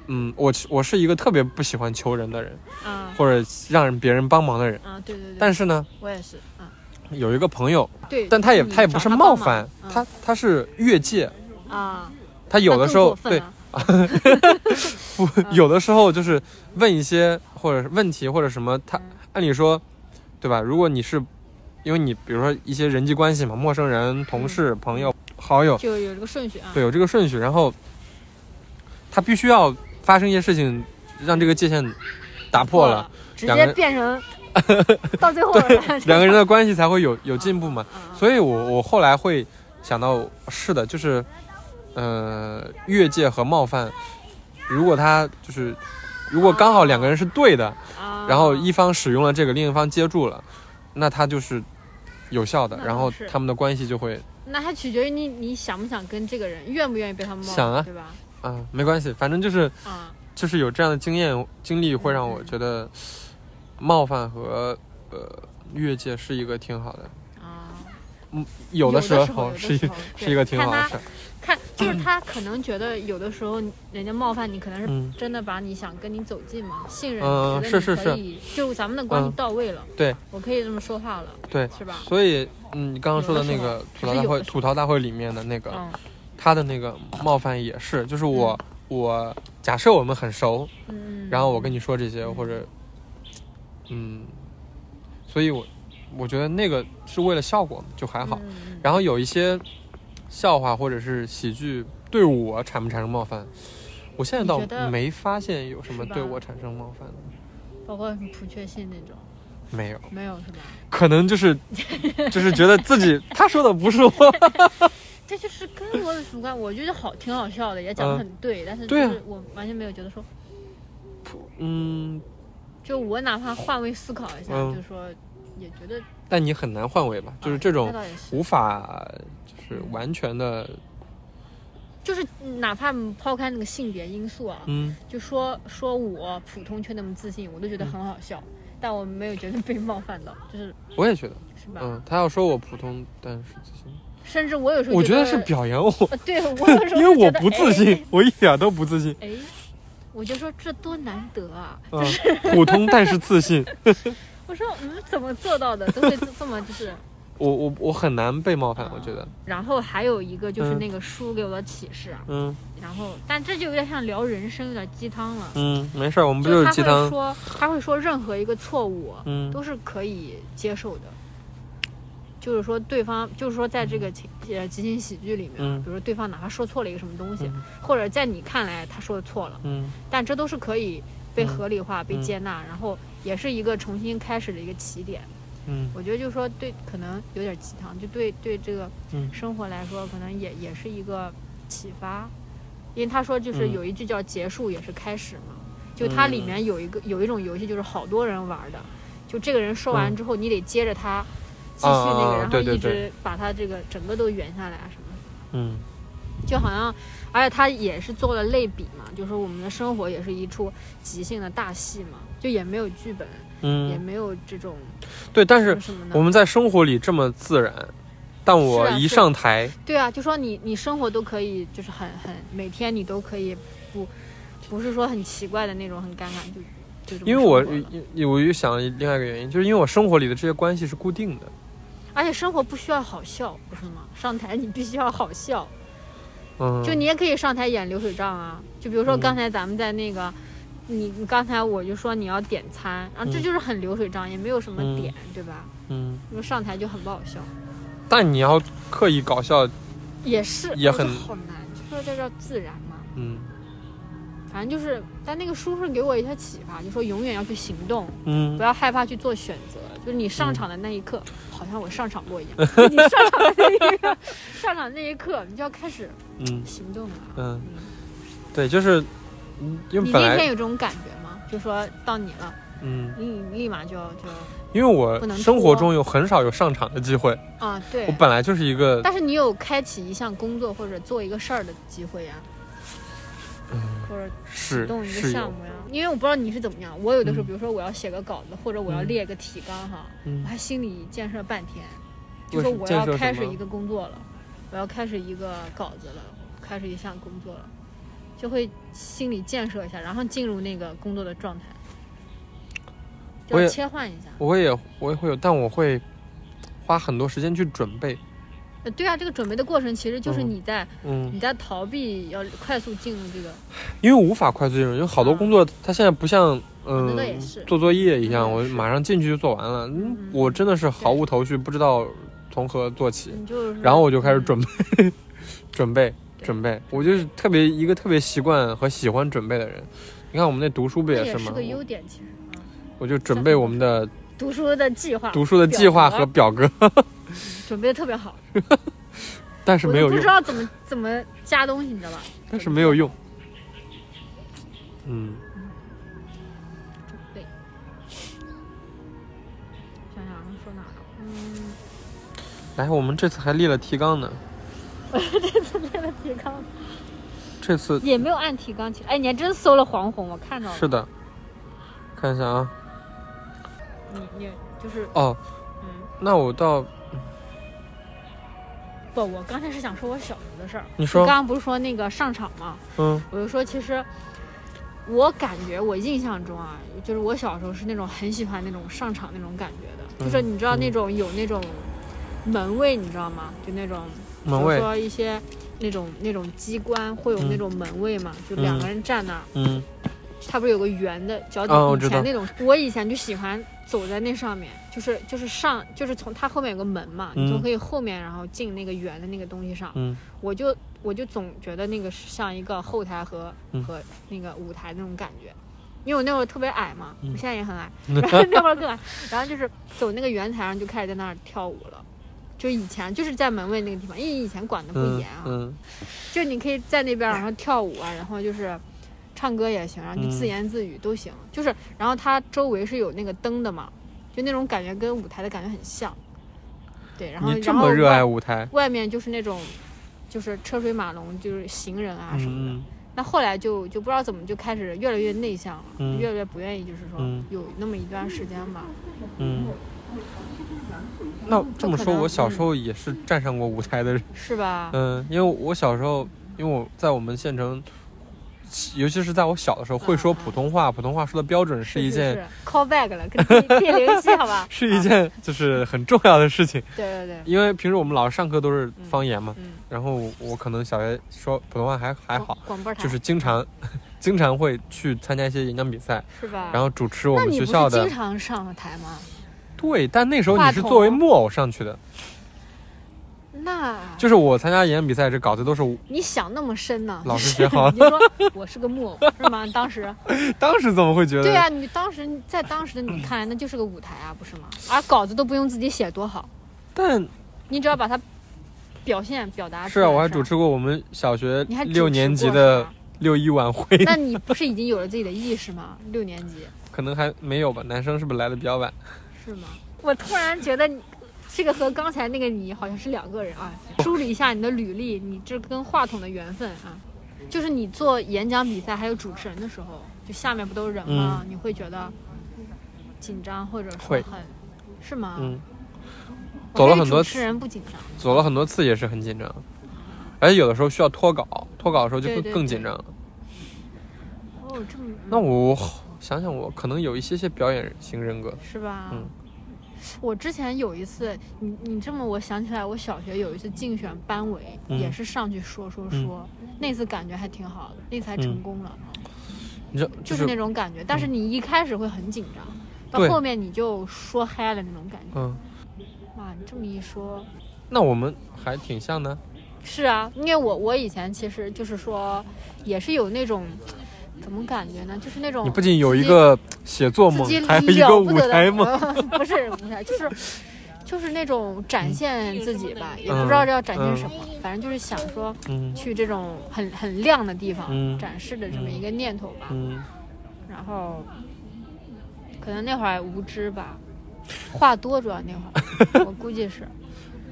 [SPEAKER 2] 嗯，我我是一个特别不喜欢求人的人，
[SPEAKER 1] 对啊
[SPEAKER 2] 或者让别人帮忙的人。
[SPEAKER 1] 啊，对对对。
[SPEAKER 2] 但是呢，
[SPEAKER 1] 我也是啊，
[SPEAKER 2] 有一个朋友，
[SPEAKER 1] 对。
[SPEAKER 2] 但他也
[SPEAKER 1] 你
[SPEAKER 2] 他也不
[SPEAKER 1] 找
[SPEAKER 2] 是
[SPEAKER 1] 他
[SPEAKER 2] 冒
[SPEAKER 1] 帮忙
[SPEAKER 2] 犯，
[SPEAKER 1] 嗯
[SPEAKER 2] 他他是越界，
[SPEAKER 1] 啊，
[SPEAKER 2] 他有
[SPEAKER 1] 那
[SPEAKER 2] 的
[SPEAKER 1] 更
[SPEAKER 2] 时候
[SPEAKER 1] 过分
[SPEAKER 2] 对
[SPEAKER 1] 了
[SPEAKER 2] 不， 有的时候就是问一些或者是问题或者什么，他
[SPEAKER 1] 嗯
[SPEAKER 2] 按理说，对吧？如果你是，因为你比如说一些人际关系嘛，陌生人、同事、朋友、好友，
[SPEAKER 1] 就有这个顺序啊。
[SPEAKER 2] 对，有这个顺序，然后他必须要发生一些事情，让这个界限打破了，，
[SPEAKER 1] 直
[SPEAKER 2] 两
[SPEAKER 1] 接
[SPEAKER 2] 个人
[SPEAKER 1] 变 成到最后啊
[SPEAKER 2] 两 个人的关系才会有有进步嘛。
[SPEAKER 1] 以
[SPEAKER 2] 所以我我后来会想到，是的，就是，呃，越界和冒犯，如果他就是，如果刚好两个人是对的。
[SPEAKER 1] 啊，
[SPEAKER 2] 然后一方使用了这个，另一方接住了，那他就是有效的
[SPEAKER 1] 那，倒
[SPEAKER 2] 然后
[SPEAKER 1] 是
[SPEAKER 2] 他们的关系就会
[SPEAKER 1] 那还取决于你你想不想跟这个人，愿不愿意被他们冒犯，
[SPEAKER 2] 想啊
[SPEAKER 1] 对吧？
[SPEAKER 2] 啊，没关系，反正就是
[SPEAKER 1] 啊，
[SPEAKER 2] 就是有这样的经验经历，会让我觉得冒犯和呃越界是一个挺好的，
[SPEAKER 1] 啊，
[SPEAKER 2] 有
[SPEAKER 1] 的
[SPEAKER 2] 的
[SPEAKER 1] 时
[SPEAKER 2] 时
[SPEAKER 1] 候
[SPEAKER 2] 候
[SPEAKER 1] 有的
[SPEAKER 2] 是一
[SPEAKER 1] 时候
[SPEAKER 2] 是一个挺好
[SPEAKER 1] 看
[SPEAKER 2] 的事儿，
[SPEAKER 1] 他看，就是他可能觉得有的时候人家冒犯你，可能是
[SPEAKER 2] 嗯，
[SPEAKER 1] 真的把你想跟你走近嘛，信任，
[SPEAKER 2] 嗯
[SPEAKER 1] 觉得你
[SPEAKER 2] 是是
[SPEAKER 1] 可以，就咱们的关系
[SPEAKER 2] 嗯
[SPEAKER 1] 到位了，
[SPEAKER 2] 对
[SPEAKER 1] 我可以这么说话了，
[SPEAKER 2] 对
[SPEAKER 1] 是吧？
[SPEAKER 2] 所以嗯，你刚刚说的那个
[SPEAKER 1] 有的时候
[SPEAKER 2] 吐
[SPEAKER 1] 还是有
[SPEAKER 2] 槽大会
[SPEAKER 1] 的时候
[SPEAKER 2] 吐槽大会里面的那个
[SPEAKER 1] 嗯
[SPEAKER 2] 他的那个冒犯也是，就是我我假设我们很熟，
[SPEAKER 1] 嗯，
[SPEAKER 2] 然后我跟你说这些，或者，嗯，所以我我觉得那个是为了效果，就还好。
[SPEAKER 1] 嗯，嗯
[SPEAKER 2] 然后有一些笑话或者是喜剧对我产不产生冒犯，我现在
[SPEAKER 1] 你
[SPEAKER 2] 倒
[SPEAKER 1] 觉得
[SPEAKER 2] 没发现有什么
[SPEAKER 1] 是吧
[SPEAKER 2] 对我产生冒犯的，
[SPEAKER 1] 嗯包括什么不确信那种，
[SPEAKER 2] 没有，
[SPEAKER 1] 没有是吧？
[SPEAKER 2] 可能就是就是觉得 自己他说的不是我，
[SPEAKER 1] 这就是跟我有什么关？我觉得好，挺好笑的，也讲的
[SPEAKER 2] 嗯
[SPEAKER 1] 很对，但是就
[SPEAKER 2] 对啊
[SPEAKER 1] 是我完全没有觉得说，
[SPEAKER 2] 嗯，
[SPEAKER 1] 就我哪怕换位思考一下，
[SPEAKER 2] 嗯
[SPEAKER 1] 就说也觉得
[SPEAKER 2] 但你很难换位吧，就是这
[SPEAKER 1] 啊
[SPEAKER 2] 种
[SPEAKER 1] 那倒也是
[SPEAKER 2] 无法就是完全的
[SPEAKER 1] 就是哪怕抛开那个性别因素啊，
[SPEAKER 2] 嗯，
[SPEAKER 1] 就说说我普通却那么自信，我都觉得很好笑，但我没有觉得被冒犯到，就是
[SPEAKER 2] 我也觉得，
[SPEAKER 1] 是吧？
[SPEAKER 2] 嗯，他要说我普通，但是自信，
[SPEAKER 1] 甚至我有时候
[SPEAKER 2] 我觉
[SPEAKER 1] 觉
[SPEAKER 2] 得是表扬我，
[SPEAKER 1] 呃对 我有时候
[SPEAKER 2] 因为
[SPEAKER 1] 就觉
[SPEAKER 2] 我
[SPEAKER 1] 得
[SPEAKER 2] 不自信，我一点都不自信，
[SPEAKER 1] 哎，哎我就说这多难得啊！
[SPEAKER 2] 嗯，普通但是自信，
[SPEAKER 1] 我说嗯，怎么做到的？都会这这么就是。
[SPEAKER 2] 我我我很难被冒犯，我觉得，
[SPEAKER 1] 然后还有一个就是
[SPEAKER 2] 嗯
[SPEAKER 1] 那个书给我的启示，啊，
[SPEAKER 2] 嗯
[SPEAKER 1] 然后但这就有点像聊人生，有点鸡汤了。
[SPEAKER 2] 嗯，没事儿，我们不
[SPEAKER 1] 就是他
[SPEAKER 2] 鸡
[SPEAKER 1] 会
[SPEAKER 2] 汤，
[SPEAKER 1] 说，他会说任何一个错误
[SPEAKER 2] 嗯
[SPEAKER 1] 都是可以接受的，就是说对方，就是说在这个情呃即兴喜剧里面，啊
[SPEAKER 2] 嗯
[SPEAKER 1] 比如说对方哪怕说错了一个什么东西，
[SPEAKER 2] 嗯
[SPEAKER 1] 或者在你看来他说的错了，
[SPEAKER 2] 嗯
[SPEAKER 1] 但这都是可以被
[SPEAKER 2] 嗯
[SPEAKER 1] 合理化、被
[SPEAKER 2] 嗯
[SPEAKER 1] 接纳，然后也是一个重新开始的一个起点。
[SPEAKER 2] 嗯
[SPEAKER 1] 我觉得就是说对，可能有点鸡汤，就对对这个
[SPEAKER 2] 嗯
[SPEAKER 1] 生活来说，可能也也是一个启发，因为他说就是
[SPEAKER 2] 嗯
[SPEAKER 1] 有一句叫“结束也是开始”嘛，就它里面有一个有一种游戏，就是好多人玩的，就这个人说完
[SPEAKER 2] 嗯
[SPEAKER 1] 之后，你得接着他继续那
[SPEAKER 2] 啊啊
[SPEAKER 1] 个，
[SPEAKER 2] 啊
[SPEAKER 1] 然后
[SPEAKER 2] 对对
[SPEAKER 1] 一直
[SPEAKER 2] 对
[SPEAKER 1] 把他这个整个都圆下来啊什么的，
[SPEAKER 2] 嗯
[SPEAKER 1] 就好像，而且他也是做了类比嘛，就是我们的生活也是一出即兴的大戏嘛，就也没有剧本，也
[SPEAKER 2] 嗯，
[SPEAKER 1] 没有这种
[SPEAKER 2] 对，但
[SPEAKER 1] 什
[SPEAKER 2] 是
[SPEAKER 1] 么什么的
[SPEAKER 2] 我。们在生活里这么自然，但我
[SPEAKER 1] 是啊
[SPEAKER 2] 一
[SPEAKER 1] 是
[SPEAKER 2] 上台，
[SPEAKER 1] 对啊，就说你你生活都可以，就是很很每天你都可以不不是说很奇怪的那种很尴尬，就就这么
[SPEAKER 2] 因为我
[SPEAKER 1] 生活了
[SPEAKER 2] 因我又想了另外一个原因，就是因为我生活里的这些关系是固定的，
[SPEAKER 1] 而且生活不需要好笑，不是吗？上台你必须要好笑，
[SPEAKER 2] 嗯，
[SPEAKER 1] 就你也可以上台演流水账啊，就比如说
[SPEAKER 2] 嗯
[SPEAKER 1] 刚才咱们在那个。你你刚才我就说你要点餐，然后这
[SPEAKER 2] 嗯
[SPEAKER 1] 就是很流水账，也没有什么
[SPEAKER 2] 嗯
[SPEAKER 1] 点，对吧？
[SPEAKER 2] 嗯，
[SPEAKER 1] 因为上台就很不好笑，
[SPEAKER 2] 但你要刻意搞笑，
[SPEAKER 1] 也是
[SPEAKER 2] 也
[SPEAKER 1] 哦这
[SPEAKER 2] 很
[SPEAKER 1] 好难，就说这叫自然嘛。
[SPEAKER 2] 嗯
[SPEAKER 1] 反正就是，但那个书是给我一些启发，就说永远要去行动，
[SPEAKER 2] 嗯
[SPEAKER 1] 不，要害怕去做选择，就是你上场的那一刻，好像我上场过一样。 你上场的那一刻， 上场那一刻，你就要开始
[SPEAKER 2] 嗯
[SPEAKER 1] 行动了。
[SPEAKER 2] 嗯
[SPEAKER 1] 嗯，
[SPEAKER 2] 对，就是，嗯因
[SPEAKER 1] 你
[SPEAKER 2] 为本
[SPEAKER 1] 那天
[SPEAKER 2] 来
[SPEAKER 1] 有这种感觉吗？就说到你了，
[SPEAKER 2] 嗯，
[SPEAKER 1] 你立马就要就要
[SPEAKER 2] 因为
[SPEAKER 1] 不
[SPEAKER 2] 我
[SPEAKER 1] 能
[SPEAKER 2] 生活
[SPEAKER 1] 拖
[SPEAKER 2] 中有很少有上场的机会，
[SPEAKER 1] 啊，对
[SPEAKER 2] 我。本来就是一个
[SPEAKER 1] 但是你有开启一项工作或者做一个事儿的机会呀，
[SPEAKER 2] 嗯
[SPEAKER 1] 或者启
[SPEAKER 2] 是
[SPEAKER 1] 动一个
[SPEAKER 2] 是
[SPEAKER 1] 项
[SPEAKER 2] 有，
[SPEAKER 1] 目呀。因为我不知道你是怎么样，我有的时候，
[SPEAKER 2] 嗯
[SPEAKER 1] 比如说我要写个稿子，或者我要
[SPEAKER 2] 嗯
[SPEAKER 1] 列个提纲哈，
[SPEAKER 2] 嗯
[SPEAKER 1] 我，还心理建设半天，就
[SPEAKER 2] 为
[SPEAKER 1] 说
[SPEAKER 2] 什
[SPEAKER 1] 我
[SPEAKER 2] 建
[SPEAKER 1] 要
[SPEAKER 2] 设
[SPEAKER 1] 开
[SPEAKER 2] 什
[SPEAKER 1] 始
[SPEAKER 2] 么
[SPEAKER 1] 一个工作了，我要开始一个稿子了，开始一项工作了，就会心理建设一下，然后进入那个工作的状态，就
[SPEAKER 2] 我
[SPEAKER 1] 要
[SPEAKER 2] 也
[SPEAKER 1] 切换一下。
[SPEAKER 2] 我也我也会有，但我会花很多时间去准备，
[SPEAKER 1] 呃对啊，这个准备的过程其实就是
[SPEAKER 2] 嗯
[SPEAKER 1] 你在、
[SPEAKER 2] 嗯，
[SPEAKER 1] 你在逃避，要快速进入这个。
[SPEAKER 2] 因为无法快速进入，因为好多
[SPEAKER 1] 啊
[SPEAKER 2] 工作它现在不像
[SPEAKER 1] 那
[SPEAKER 2] 嗯
[SPEAKER 1] 倒也是
[SPEAKER 2] 做作业一样，
[SPEAKER 1] 那倒
[SPEAKER 2] 我
[SPEAKER 1] 也是
[SPEAKER 2] 马上进去就做完了。嗯
[SPEAKER 1] 嗯，
[SPEAKER 2] 我真的是毫无头绪，不知道从何做起，
[SPEAKER 1] 你就是
[SPEAKER 2] 然后我就开始准
[SPEAKER 1] 备。
[SPEAKER 2] 备， 准备，
[SPEAKER 1] 嗯对
[SPEAKER 2] 准备。我就是特别一个特别习惯和喜欢准备的人。你看我们那读书
[SPEAKER 1] 嗯
[SPEAKER 2] 不
[SPEAKER 1] 这
[SPEAKER 2] 也
[SPEAKER 1] 也
[SPEAKER 2] 吗？
[SPEAKER 1] 哎个优点，其实啊，
[SPEAKER 2] 我我就准备我们的
[SPEAKER 1] 读书的计划
[SPEAKER 2] 读书的计划和 表格，
[SPEAKER 1] 准备的特别好，
[SPEAKER 2] 但是
[SPEAKER 1] 我
[SPEAKER 2] 没
[SPEAKER 1] 都
[SPEAKER 2] 有
[SPEAKER 1] 不知
[SPEAKER 2] 用，
[SPEAKER 1] 道怎么怎么加东西，你知道吧？
[SPEAKER 2] 但是没有用。嗯，
[SPEAKER 1] 准备。想想说哪了？嗯，
[SPEAKER 2] 来，我们这次还列了提纲呢。
[SPEAKER 1] 列了提纲，
[SPEAKER 2] 这次
[SPEAKER 1] 也没有按提纲去。哎，你还真搜了黄宏，我看到了。
[SPEAKER 2] 是的，看一下啊。
[SPEAKER 1] 你你就是
[SPEAKER 2] 哦，
[SPEAKER 1] 嗯，
[SPEAKER 2] 那我到
[SPEAKER 1] 不，我刚才是想说我小时候的事儿。
[SPEAKER 2] 你说
[SPEAKER 1] 刚刚不是说那个上场吗？
[SPEAKER 2] 嗯
[SPEAKER 1] 我就说其实。我感觉，我印象中啊，就是我小时候是那种很喜欢那种上场那种感觉的，就是
[SPEAKER 2] 嗯
[SPEAKER 1] 你知道那
[SPEAKER 2] 嗯
[SPEAKER 1] 种有那种门卫，你知道吗？就那种
[SPEAKER 2] 门
[SPEAKER 1] 比
[SPEAKER 2] 卫
[SPEAKER 1] 如，说一些那种那种机关会有那
[SPEAKER 2] 嗯
[SPEAKER 1] 种门卫嘛，就两个人站那儿，
[SPEAKER 2] 嗯
[SPEAKER 1] 它不是有个圆的脚底、
[SPEAKER 2] 啊我
[SPEAKER 1] 以
[SPEAKER 2] 知
[SPEAKER 1] 前
[SPEAKER 2] 道
[SPEAKER 1] 那种，我以前就喜欢走在那上面，就是就是上就是从它后面有个门嘛，你
[SPEAKER 2] 嗯
[SPEAKER 1] 从可以后面然后进那个圆的那个东西上，
[SPEAKER 2] 嗯
[SPEAKER 1] 我就我就总觉得那个是像一个后台和、
[SPEAKER 2] 嗯
[SPEAKER 1] 和那个舞台那种感觉。因为我那会儿特别矮嘛，
[SPEAKER 2] 嗯
[SPEAKER 1] 我现在也很 矮，然后那会儿更矮，然后就是走那个圆台上就开始在那儿跳舞了，就以前就是在门卫那个地方，因为以前管的不
[SPEAKER 2] 嗯
[SPEAKER 1] 严啊，
[SPEAKER 2] 嗯
[SPEAKER 1] 就你可以在那边儿，然后跳舞啊，然后就是唱歌也行，然后就
[SPEAKER 2] 嗯
[SPEAKER 1] 自言自语都行。就是，然后它周围是有那个灯的嘛，就那种感觉跟舞台的感觉很像。对，然后
[SPEAKER 2] 你这
[SPEAKER 1] 然后
[SPEAKER 2] 么热爱
[SPEAKER 1] 外
[SPEAKER 2] 舞台，
[SPEAKER 1] 外面就是那种就是车水马龙，就是行人啊什么的。
[SPEAKER 2] 嗯
[SPEAKER 1] 那后来就就不知道怎么就开始越来越内向了，
[SPEAKER 2] 嗯
[SPEAKER 1] 越来越不愿意，就是说
[SPEAKER 2] 嗯
[SPEAKER 1] 有那么一段时间吧。
[SPEAKER 2] 嗯。那这么说，我
[SPEAKER 1] 嗯
[SPEAKER 2] 小时候也是站上过舞台的人。
[SPEAKER 1] 是吧？
[SPEAKER 2] 嗯，因为我小时候，因为我在我们县城，尤其是在我小的时候，会
[SPEAKER 1] 嗯
[SPEAKER 2] 说普通话，普通话说的标准是一件
[SPEAKER 1] 是 call back 了，跟电电流系好吧？
[SPEAKER 2] 是一
[SPEAKER 1] 嗯
[SPEAKER 2] 件就是很重要的事情。
[SPEAKER 1] 啊对对对，
[SPEAKER 2] 因为平时我们老师上课都是
[SPEAKER 1] 嗯
[SPEAKER 2] 方言嘛，
[SPEAKER 1] 嗯，哦
[SPEAKER 2] 然后我我可能小学说普通话还还好
[SPEAKER 1] 广，广播台
[SPEAKER 2] 就是经常经常会去参加一些演讲比赛，
[SPEAKER 1] 是吧？
[SPEAKER 2] 然后主持我
[SPEAKER 1] 啊那
[SPEAKER 2] 们
[SPEAKER 1] 你
[SPEAKER 2] 学
[SPEAKER 1] 不是
[SPEAKER 2] 校的
[SPEAKER 1] 经。常上台吗？
[SPEAKER 2] 对，但那时候你
[SPEAKER 1] 话
[SPEAKER 2] 是
[SPEAKER 1] 筒
[SPEAKER 2] 作为木偶上去的，
[SPEAKER 1] 那
[SPEAKER 2] 就是我参加演讲比赛，这稿子都是我
[SPEAKER 1] 你想那么深呢？
[SPEAKER 2] 老师学好的
[SPEAKER 1] 你就说我是个木偶是吗？当 时
[SPEAKER 2] 当时怎么会觉得？
[SPEAKER 1] 对啊，你当时在当时的你看来那就是个舞台啊，不是吗？而稿子都不用自己写，多好，
[SPEAKER 2] 但
[SPEAKER 1] 你只要把它表现表达出
[SPEAKER 2] 是
[SPEAKER 1] 来。
[SPEAKER 2] 啊，我还
[SPEAKER 1] 吧
[SPEAKER 2] 主持过我们小学
[SPEAKER 1] 啊你还主持
[SPEAKER 2] 六年级
[SPEAKER 1] 过
[SPEAKER 2] 的
[SPEAKER 1] 是吧。
[SPEAKER 2] 六一晚会，
[SPEAKER 1] 那你不是已经有了自己的意识吗？六年级
[SPEAKER 2] 可能还没有吧。男生是不是来的比较晚？
[SPEAKER 1] 是吗？我突然觉得你这个和刚才那个你好像是两个人啊。
[SPEAKER 2] 哦
[SPEAKER 1] 梳理一下你的履历，你这跟话筒的缘分啊，就是你做演讲比赛还有主持人的时候，就下面不都是人吗？你会觉得紧张或者说
[SPEAKER 2] 嗯会
[SPEAKER 1] 很是吗？
[SPEAKER 2] 嗯，
[SPEAKER 1] 我
[SPEAKER 2] 走了
[SPEAKER 1] 对
[SPEAKER 2] 很多
[SPEAKER 1] 主持人不紧张，
[SPEAKER 2] 走了很多次也是很紧张，而且有的时候需要脱稿，脱稿的时候就
[SPEAKER 1] 对
[SPEAKER 2] 更
[SPEAKER 1] 对
[SPEAKER 2] 更
[SPEAKER 1] 对
[SPEAKER 2] 紧张了。
[SPEAKER 1] 哦，这么
[SPEAKER 2] 那我想想我，可能有一些些表演型人格。
[SPEAKER 1] 是吧？
[SPEAKER 2] 嗯
[SPEAKER 1] 我之前有一次，你你这么我想起来，我小学有一次竞选班委，
[SPEAKER 2] 嗯
[SPEAKER 1] 也是上去说说说，那次感觉还挺好的，那次还成功了，
[SPEAKER 2] 你知道，
[SPEAKER 1] 就
[SPEAKER 2] 嗯就是
[SPEAKER 1] 那
[SPEAKER 2] 是
[SPEAKER 1] 种感觉。但是你一开始会很紧张，到
[SPEAKER 2] 对
[SPEAKER 1] 后面你就说嗨了那种感觉。
[SPEAKER 2] 嗯，
[SPEAKER 1] 哇，你这么一说，
[SPEAKER 2] 那我们还挺像的。
[SPEAKER 1] 是啊，因为我我以前其实就是说，也是有那种怎么感觉呢？就是那种
[SPEAKER 2] 你不仅有一
[SPEAKER 1] 哦自己
[SPEAKER 2] 个写作
[SPEAKER 1] 自
[SPEAKER 2] 梦
[SPEAKER 1] 己，
[SPEAKER 2] 还有一
[SPEAKER 1] 了
[SPEAKER 2] 个
[SPEAKER 1] 不
[SPEAKER 2] 舞
[SPEAKER 1] 得的
[SPEAKER 2] 台梦。
[SPEAKER 1] 呃 不是舞台，就是就是那种展现自己吧，也
[SPEAKER 2] 嗯
[SPEAKER 1] 不知道要展现什么，反正就是想说
[SPEAKER 2] 嗯
[SPEAKER 1] 去这种很很亮的地方、
[SPEAKER 2] 嗯
[SPEAKER 1] 展示的这么一个念头吧。
[SPEAKER 2] 嗯，
[SPEAKER 1] 然后可能那会儿无知吧，话多主要那会儿，我估计是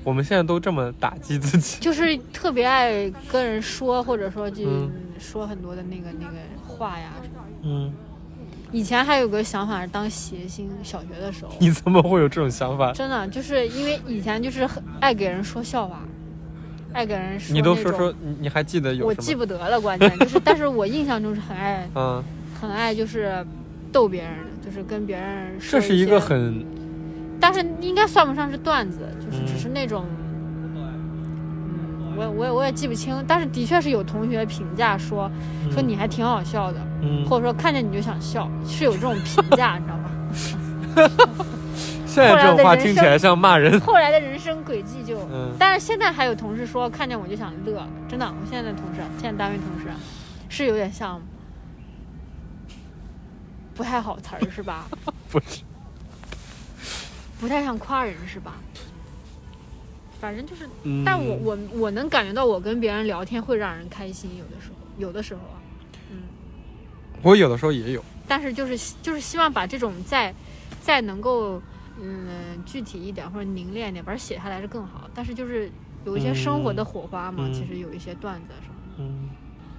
[SPEAKER 2] 我们现在都这么打击自己。
[SPEAKER 1] 就是特别爱跟人说，或者说就
[SPEAKER 2] 嗯
[SPEAKER 1] 说很多的那个那个话呀什么的。
[SPEAKER 2] 嗯，
[SPEAKER 1] 以前还有个想法是当谐星，小学的时 候。
[SPEAKER 2] 你怎么会有这种想 法？
[SPEAKER 1] 真的就是因为以前就是很爱给人说笑话，爱给人说
[SPEAKER 2] 你都
[SPEAKER 1] 那
[SPEAKER 2] 说
[SPEAKER 1] 种
[SPEAKER 2] 说，你你还记得有
[SPEAKER 1] 我
[SPEAKER 2] 什么？
[SPEAKER 1] 记不得了，关键 就是，但是我印象中是很爱
[SPEAKER 2] 嗯，
[SPEAKER 1] 很爱就是逗别人的，就是跟别人说
[SPEAKER 2] 这是一
[SPEAKER 1] 一
[SPEAKER 2] 个
[SPEAKER 1] 些，
[SPEAKER 2] 很
[SPEAKER 1] 但是应该算不上是段子，就是
[SPEAKER 2] 嗯
[SPEAKER 1] 只是那种，嗯，我也我也我也记不清，但是的确是有同学评价说说你还挺好笑的，
[SPEAKER 2] 嗯，
[SPEAKER 1] 或者说看见你就想笑，是有这种评价，你知道吗？
[SPEAKER 2] 现在这种话听起来像 骂人。
[SPEAKER 1] 后来的人生轨迹就。
[SPEAKER 2] 嗯
[SPEAKER 1] 但是现在还有同事说看见我就想乐，真的，我现在的同事，现在单位同事，是有点像不太好词儿是吧？
[SPEAKER 2] 不是，
[SPEAKER 1] 不太像夸人是吧？反正就是，
[SPEAKER 2] 嗯
[SPEAKER 1] 但我我我能感觉到我跟别人聊天会让人开心，有的时候，有的时候啊，嗯，
[SPEAKER 2] 我有的时候也有，
[SPEAKER 1] 但是就是希就是希望把这种再再能够嗯具体一点或者凝练一点，把它写下来是更好。但是就是有一些生活的火花嘛，
[SPEAKER 2] 嗯嗯
[SPEAKER 1] 其实有一些段子什么的，
[SPEAKER 2] 嗯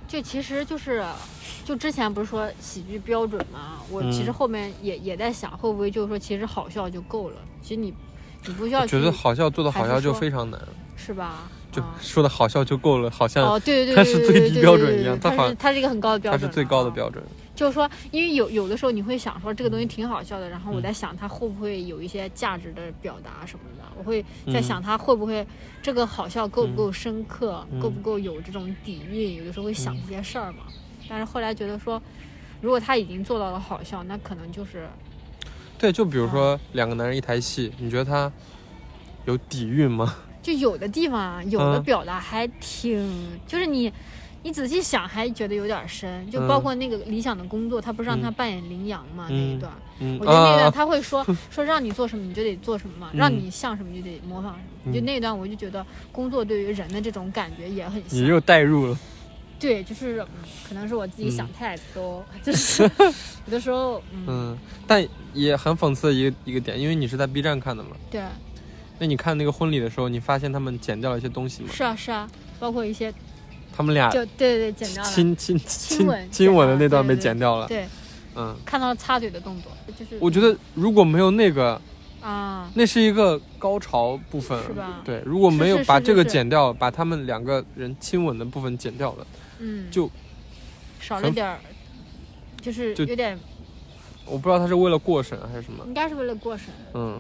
[SPEAKER 1] 就其实就是就之前不是说喜剧标准嘛，我
[SPEAKER 2] 嗯
[SPEAKER 1] 其实后面也、也在想，会不会就是说其实好笑就够了，其实你你不需要
[SPEAKER 2] 我觉
[SPEAKER 1] 去
[SPEAKER 2] 得好笑做的好笑就
[SPEAKER 1] 还是说啊
[SPEAKER 2] 非常难，
[SPEAKER 1] 是吧？
[SPEAKER 2] 就
[SPEAKER 1] 啊
[SPEAKER 2] 说的好笑就够了，好像
[SPEAKER 1] 哦，对对对，
[SPEAKER 2] 它
[SPEAKER 1] 对
[SPEAKER 2] 是
[SPEAKER 1] 对
[SPEAKER 2] 最
[SPEAKER 1] 对
[SPEAKER 2] 低
[SPEAKER 1] 对
[SPEAKER 2] 标
[SPEAKER 1] 对
[SPEAKER 2] 准
[SPEAKER 1] 对
[SPEAKER 2] 一样
[SPEAKER 1] 对它
[SPEAKER 2] 它好
[SPEAKER 1] 是它是一个很高的标
[SPEAKER 2] 它
[SPEAKER 1] 准
[SPEAKER 2] 是
[SPEAKER 1] 了，
[SPEAKER 2] 最高的
[SPEAKER 1] 啊
[SPEAKER 2] 标准。
[SPEAKER 1] 就是说，因为有有的时候你会想说这个东西挺好笑的，然
[SPEAKER 2] 嗯
[SPEAKER 1] 后我在想它会不会有一些价值的表达什么的，我会在想它会不会这个好笑够不够深刻，
[SPEAKER 2] 嗯嗯
[SPEAKER 1] 够不够有这种底蕴，有的时候会想这些事儿嘛。但是后来觉得说，如果他已经做到了好笑，那可能就是
[SPEAKER 2] 对，就比
[SPEAKER 1] 啊
[SPEAKER 2] 如说两个男人一台戏，你觉得他有底蕴吗？
[SPEAKER 1] 就有的地方啊，有的
[SPEAKER 2] 嗯
[SPEAKER 1] 表达还挺，就是你。你仔细想，还觉得有点深，就包
[SPEAKER 2] 嗯
[SPEAKER 1] 括那个理想的工作，他不是让他
[SPEAKER 2] 嗯
[SPEAKER 1] 扮演羚羊嘛、那
[SPEAKER 2] 嗯
[SPEAKER 1] 一段，
[SPEAKER 2] 嗯
[SPEAKER 1] 我觉得那
[SPEAKER 2] 啊
[SPEAKER 1] 段，他会 说说让你做什么你就得做什么嘛，
[SPEAKER 2] 嗯
[SPEAKER 1] 让你像什么你就得模仿什么。就
[SPEAKER 2] 嗯
[SPEAKER 1] 那段我就觉得工作对于人的这种感觉也很
[SPEAKER 2] 你
[SPEAKER 1] 像，
[SPEAKER 2] 又代入了。
[SPEAKER 1] 对，就是嗯可能是我自己
[SPEAKER 2] 嗯
[SPEAKER 1] 想太多，就是 有的时候嗯
[SPEAKER 2] 嗯，但也很讽刺的一个一个点，因为你是在 B 站看的嘛。
[SPEAKER 1] 对，
[SPEAKER 2] 那你看那个婚礼的时候，你发现他们剪掉了一些东西吗？
[SPEAKER 1] 是啊是啊，包括一些
[SPEAKER 2] 他们俩
[SPEAKER 1] 就对对对剪掉了，
[SPEAKER 2] 啊亲亲
[SPEAKER 1] 亲吻
[SPEAKER 2] 亲吻的那段
[SPEAKER 1] 剪掉了
[SPEAKER 2] 被
[SPEAKER 1] 对
[SPEAKER 2] 剪掉了。
[SPEAKER 1] 对，
[SPEAKER 2] 嗯，
[SPEAKER 1] 看到了擦嘴的动作，就是
[SPEAKER 2] 我觉得如果没有那个，
[SPEAKER 1] 啊，
[SPEAKER 2] 那是一个高潮部分
[SPEAKER 1] 是吧，
[SPEAKER 2] 对，如果没有
[SPEAKER 1] 是是
[SPEAKER 2] 把
[SPEAKER 1] 是
[SPEAKER 2] 这个
[SPEAKER 1] 是
[SPEAKER 2] 剪掉，把他们两个人亲吻的部分剪掉了，
[SPEAKER 1] 嗯，
[SPEAKER 2] 就
[SPEAKER 1] 少了
[SPEAKER 2] 很
[SPEAKER 1] 点儿，就是
[SPEAKER 2] 就
[SPEAKER 1] 有点
[SPEAKER 2] 我不知道他是为了过审还是什么，
[SPEAKER 1] 应该是为了过审，
[SPEAKER 2] 嗯，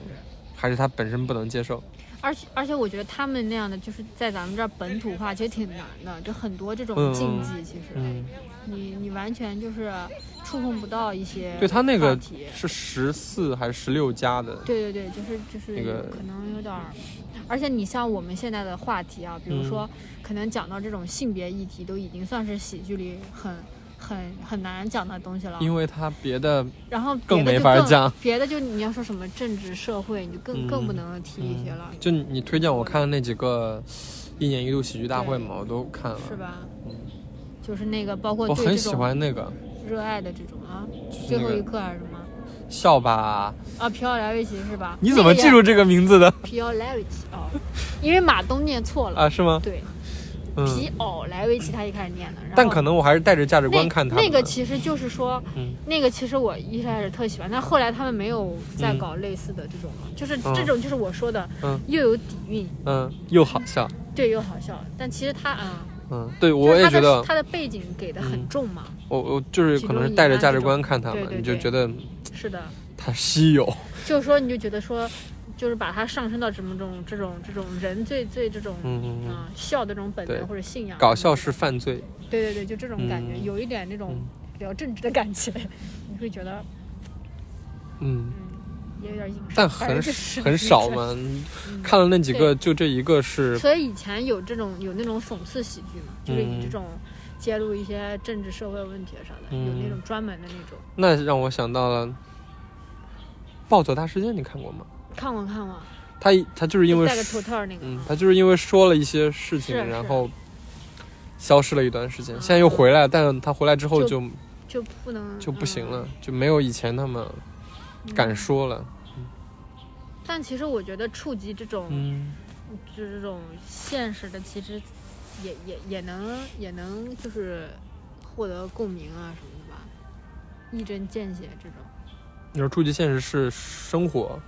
[SPEAKER 2] 还是他本身不能接受，
[SPEAKER 1] 而且而且我觉得他们那样的就是在咱们这儿本土化其实挺难的，就很多这种
[SPEAKER 2] 嗯嗯
[SPEAKER 1] 禁忌，其实、
[SPEAKER 2] 嗯，
[SPEAKER 1] 你你完全就是触碰不到一些
[SPEAKER 2] 对他那
[SPEAKER 1] 话
[SPEAKER 2] 个
[SPEAKER 1] 题
[SPEAKER 2] 是十四还是十六加的，
[SPEAKER 1] 对对对，就是就是
[SPEAKER 2] 那个
[SPEAKER 1] 可能有点儿，而且你像我们现在的话题啊，比如说、
[SPEAKER 2] 嗯
[SPEAKER 1] 可能讲到这种性别议题，都已经算是喜剧里很很很难讲的东西了。
[SPEAKER 2] 因为他别的
[SPEAKER 1] 然后
[SPEAKER 2] 更
[SPEAKER 1] 别的
[SPEAKER 2] 没
[SPEAKER 1] 就
[SPEAKER 2] 法
[SPEAKER 1] 更
[SPEAKER 2] 讲，
[SPEAKER 1] 别的就你要说什么政治社会，你就更、更不
[SPEAKER 2] 嗯
[SPEAKER 1] 能提这些了，
[SPEAKER 2] 就你你推荐我看的那几个一年一度喜剧大会嘛，
[SPEAKER 1] 对
[SPEAKER 2] 我都看了，
[SPEAKER 1] 是吧？
[SPEAKER 2] 嗯
[SPEAKER 1] 就是那个包括
[SPEAKER 2] 我
[SPEAKER 1] 对
[SPEAKER 2] 很
[SPEAKER 1] 这
[SPEAKER 2] 喜
[SPEAKER 1] 种
[SPEAKER 2] 欢那个，
[SPEAKER 1] 热爱的这种啊，
[SPEAKER 2] 就是
[SPEAKER 1] 最
[SPEAKER 2] 那
[SPEAKER 1] 后一
[SPEAKER 2] 个
[SPEAKER 1] 刻还是什么
[SPEAKER 2] 笑吧，
[SPEAKER 1] 啊？皮奥莱维奇是吧？
[SPEAKER 2] 你怎么记住这个名字的
[SPEAKER 1] 皮奥莱维奇哦？因为马东念错了，
[SPEAKER 2] 啊？是吗？
[SPEAKER 1] 对，
[SPEAKER 2] 嗯，
[SPEAKER 1] 皮奥莱维奇他一开始念的，然后
[SPEAKER 2] 但可能我还是带着价值观看他
[SPEAKER 1] 那
[SPEAKER 2] 们
[SPEAKER 1] 那个
[SPEAKER 2] 的
[SPEAKER 1] 其实就是说，
[SPEAKER 2] 嗯
[SPEAKER 1] 那个其实我一开始特喜欢，但后来他们没有再搞类似的这种了，就是
[SPEAKER 2] 嗯
[SPEAKER 1] 这种就是我说的，
[SPEAKER 2] 嗯
[SPEAKER 1] 又有底蕴，
[SPEAKER 2] 嗯，又好笑，
[SPEAKER 1] 对，又好笑，但其实他啊，
[SPEAKER 2] 嗯，对
[SPEAKER 1] 就是
[SPEAKER 2] 我也
[SPEAKER 1] 他的
[SPEAKER 2] 觉得，嗯
[SPEAKER 1] 他的背景给的很重嘛，
[SPEAKER 2] 我我就是可能是带着价值观看他
[SPEAKER 1] 对
[SPEAKER 2] 们，
[SPEAKER 1] 对
[SPEAKER 2] 你就
[SPEAKER 1] 对啊
[SPEAKER 2] 觉得
[SPEAKER 1] 是的，
[SPEAKER 2] 它稀有，
[SPEAKER 1] 就是说你就觉得说，就是把它上升到什么这种这种这种人最最这种。
[SPEAKER 2] 嗯嗯嗯，
[SPEAKER 1] 啊，笑的这种本
[SPEAKER 2] 对
[SPEAKER 1] 能或者信仰，
[SPEAKER 2] 搞笑是犯罪，
[SPEAKER 1] 对对对，就这种感觉，
[SPEAKER 2] 嗯
[SPEAKER 1] 有一点那种
[SPEAKER 2] 嗯
[SPEAKER 1] 比较正直的感觉，你会觉得
[SPEAKER 2] 嗯，
[SPEAKER 1] 嗯，也有点影射，
[SPEAKER 2] 但
[SPEAKER 1] 反正
[SPEAKER 2] 很
[SPEAKER 1] 就是
[SPEAKER 2] 很少嘛，
[SPEAKER 1] 嗯
[SPEAKER 2] 看了那几
[SPEAKER 1] 对
[SPEAKER 2] 个，就这一个是，
[SPEAKER 1] 所以以前有这种有那种讽刺喜剧嘛，就是以这种揭露一些政治社会问题啊啥的，
[SPEAKER 2] 嗯
[SPEAKER 1] 有那种专门的那种。
[SPEAKER 2] 那让我想到了《暴走大事件》，你看过吗？
[SPEAKER 1] 看过看过，
[SPEAKER 2] 他他就是因为
[SPEAKER 1] 戴个头套那个，
[SPEAKER 2] 嗯，他就是因为说了一些事情，
[SPEAKER 1] 是是
[SPEAKER 2] 然后消失了一段时间，
[SPEAKER 1] 啊
[SPEAKER 2] 现在又回来，但他回来之后就
[SPEAKER 1] 就不能
[SPEAKER 2] 就不行了，
[SPEAKER 1] 嗯
[SPEAKER 2] 就没有以前那么敢说了。
[SPEAKER 1] 但其实我觉得触及这种、
[SPEAKER 2] 嗯，
[SPEAKER 1] 就是这种现实的，其实也也也能也能就是获得共鸣啊什么的吧，一针见血这种。
[SPEAKER 2] 你说触及现实是生活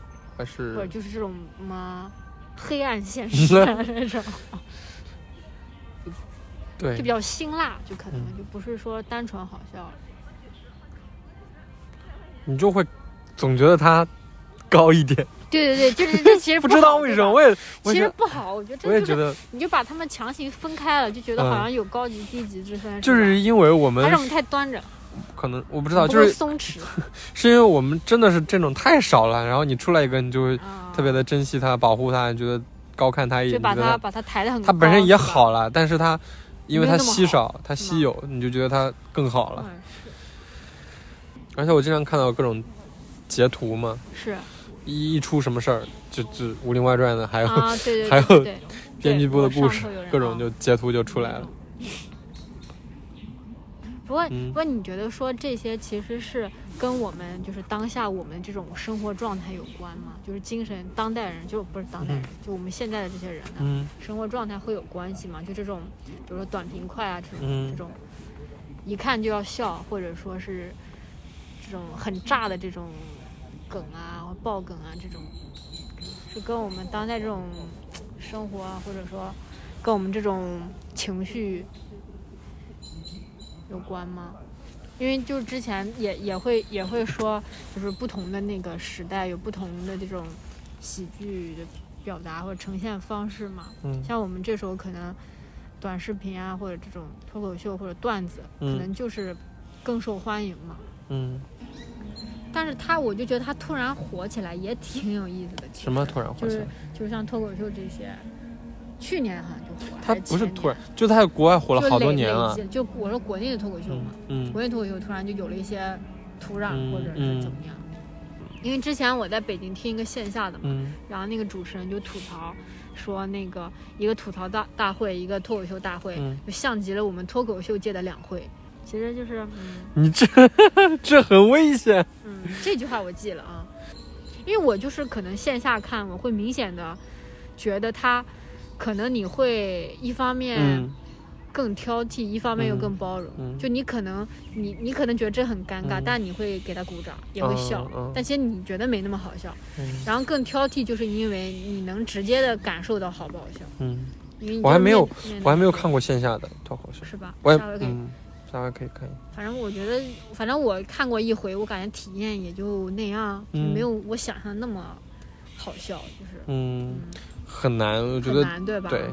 [SPEAKER 1] 或
[SPEAKER 2] 还
[SPEAKER 1] 者
[SPEAKER 2] 是？
[SPEAKER 1] 就是这种什么黑暗 现实啊这种，就比
[SPEAKER 2] 对，
[SPEAKER 1] 较辛辣，就可能
[SPEAKER 2] 嗯
[SPEAKER 1] 就不是说单纯好笑了。
[SPEAKER 2] 你就会总觉得他高一点，
[SPEAKER 1] 对对对，就是这其实
[SPEAKER 2] 不
[SPEAKER 1] 好
[SPEAKER 2] 知道为什么，。我也我
[SPEAKER 1] 对吧其
[SPEAKER 2] 也
[SPEAKER 1] 实
[SPEAKER 2] 想
[SPEAKER 1] 不好，我觉得
[SPEAKER 2] 我也
[SPEAKER 1] 这就
[SPEAKER 2] 觉
[SPEAKER 1] 是
[SPEAKER 2] 得，
[SPEAKER 1] 你就把他们强行分开了，就觉得
[SPEAKER 2] 嗯
[SPEAKER 1] 好像有高级低级之分，
[SPEAKER 2] 就是是因为我
[SPEAKER 1] 吧
[SPEAKER 2] 们
[SPEAKER 1] 还是我们太端着，
[SPEAKER 2] 可能我不知
[SPEAKER 1] 不
[SPEAKER 2] 道，
[SPEAKER 1] 够
[SPEAKER 2] 就是
[SPEAKER 1] 松弛，
[SPEAKER 2] 是因为我们真的是这种太少了，然后你出来一个，你就会
[SPEAKER 1] 啊
[SPEAKER 2] 特别的珍惜他，保护他，觉得高看他一
[SPEAKER 1] 就
[SPEAKER 2] 眼，
[SPEAKER 1] 把
[SPEAKER 2] 你觉
[SPEAKER 1] 它
[SPEAKER 2] 得
[SPEAKER 1] 把它抬得很高，
[SPEAKER 2] 他本身也
[SPEAKER 1] 是吧，
[SPEAKER 2] 好了，但是他因为
[SPEAKER 1] 没有
[SPEAKER 2] 他
[SPEAKER 1] 那么
[SPEAKER 2] 稀
[SPEAKER 1] 好
[SPEAKER 2] 少，他稀有，你就觉得他更好了。
[SPEAKER 1] 嗯
[SPEAKER 2] 而且我经常看到各种截图嘛，
[SPEAKER 1] 是
[SPEAKER 2] 一一出什么事儿，就就《武林外传》的，还有
[SPEAKER 1] 啊，对对
[SPEAKER 2] 还有
[SPEAKER 1] 对对，
[SPEAKER 2] 编辑部的故
[SPEAKER 1] 对我上
[SPEAKER 2] 事
[SPEAKER 1] 头有人，
[SPEAKER 2] 各种就截图就出来了。。
[SPEAKER 1] 不过，
[SPEAKER 2] 嗯
[SPEAKER 1] 不过你觉得说这些其实是跟我们就是当下我们这种生活状态有关吗？就是精神当代人，就不是当代人，就我们现在的这些人啊的
[SPEAKER 2] 嗯
[SPEAKER 1] 生活状态会有关系吗？就这种，比如说短平快啊，这种、
[SPEAKER 2] 嗯
[SPEAKER 1] 这种，一看就要笑，或者说是这种很炸的这种梗啊，或爆梗啊，这种是跟我们当代这种生活啊，或者说跟我们这种情绪有关吗？因为就是之前也也会也会说，就是不同的那个时代有不同的这种喜剧的表达或者呈现方式嘛。
[SPEAKER 2] 嗯
[SPEAKER 1] 像我们这时候可能短视频啊，或者这种脱口秀或者段子，可
[SPEAKER 2] 嗯
[SPEAKER 1] 能就是更受欢迎嘛。
[SPEAKER 2] 嗯，
[SPEAKER 1] 但是他，我就觉得他突然火起来也挺有意思的。其实
[SPEAKER 2] 什么突然火
[SPEAKER 1] 就
[SPEAKER 2] 起
[SPEAKER 1] 是
[SPEAKER 2] 来？
[SPEAKER 1] 就是像脱口秀这些，去年好像就火了，
[SPEAKER 2] 他
[SPEAKER 1] 还
[SPEAKER 2] 不是
[SPEAKER 1] 前
[SPEAKER 2] 突然
[SPEAKER 1] 年，
[SPEAKER 2] 就他在国外火
[SPEAKER 1] 就
[SPEAKER 2] 了好多
[SPEAKER 1] 累
[SPEAKER 2] 年
[SPEAKER 1] 累
[SPEAKER 2] 了
[SPEAKER 1] 积。就我说国内的脱口秀
[SPEAKER 2] 嗯
[SPEAKER 1] 嘛，
[SPEAKER 2] 嗯
[SPEAKER 1] 国内脱口秀突然就有了一些土壤，
[SPEAKER 2] 嗯
[SPEAKER 1] 或者是怎么样。因为之前我在北京听一个线下的嘛，
[SPEAKER 2] 嗯
[SPEAKER 1] 然后那个主持人就吐槽说，那个一个吐槽大大会，一个脱口秀大会，
[SPEAKER 2] 嗯
[SPEAKER 1] 就像极了我们脱口秀界的两会。其实就是，嗯，
[SPEAKER 2] 你这嗯 这很危险。
[SPEAKER 1] 嗯，这句话我记了啊，因为我就是可能线下看，我会明显的觉得他可能你会一方面
[SPEAKER 2] 嗯
[SPEAKER 1] 更挑剔，一方面又更包容。
[SPEAKER 2] 嗯
[SPEAKER 1] 就你可能你你可能觉得这很尴尬，
[SPEAKER 2] 嗯
[SPEAKER 1] 但你会给他鼓掌，也会笑，
[SPEAKER 2] 嗯嗯
[SPEAKER 1] 但其实你觉得没那么好笑。
[SPEAKER 2] 嗯
[SPEAKER 1] 然后更挑剔，就是因为你能直接的感受到好不好笑，
[SPEAKER 2] 嗯，
[SPEAKER 1] 因为你
[SPEAKER 2] 我还没有
[SPEAKER 1] 就是面面对
[SPEAKER 2] 我还没有看过线下的脱口秀，
[SPEAKER 1] 是吧？
[SPEAKER 2] 我也
[SPEAKER 1] 下回可以
[SPEAKER 2] 嗯，下回可以看一下。
[SPEAKER 1] 反正我觉得，反正我看过一回，我感觉体验也就那样，就
[SPEAKER 2] 嗯
[SPEAKER 1] 没有我想象那么好笑，就是
[SPEAKER 2] 嗯，很难，我觉
[SPEAKER 1] 很
[SPEAKER 2] 得，
[SPEAKER 1] 难，对吧？
[SPEAKER 2] 对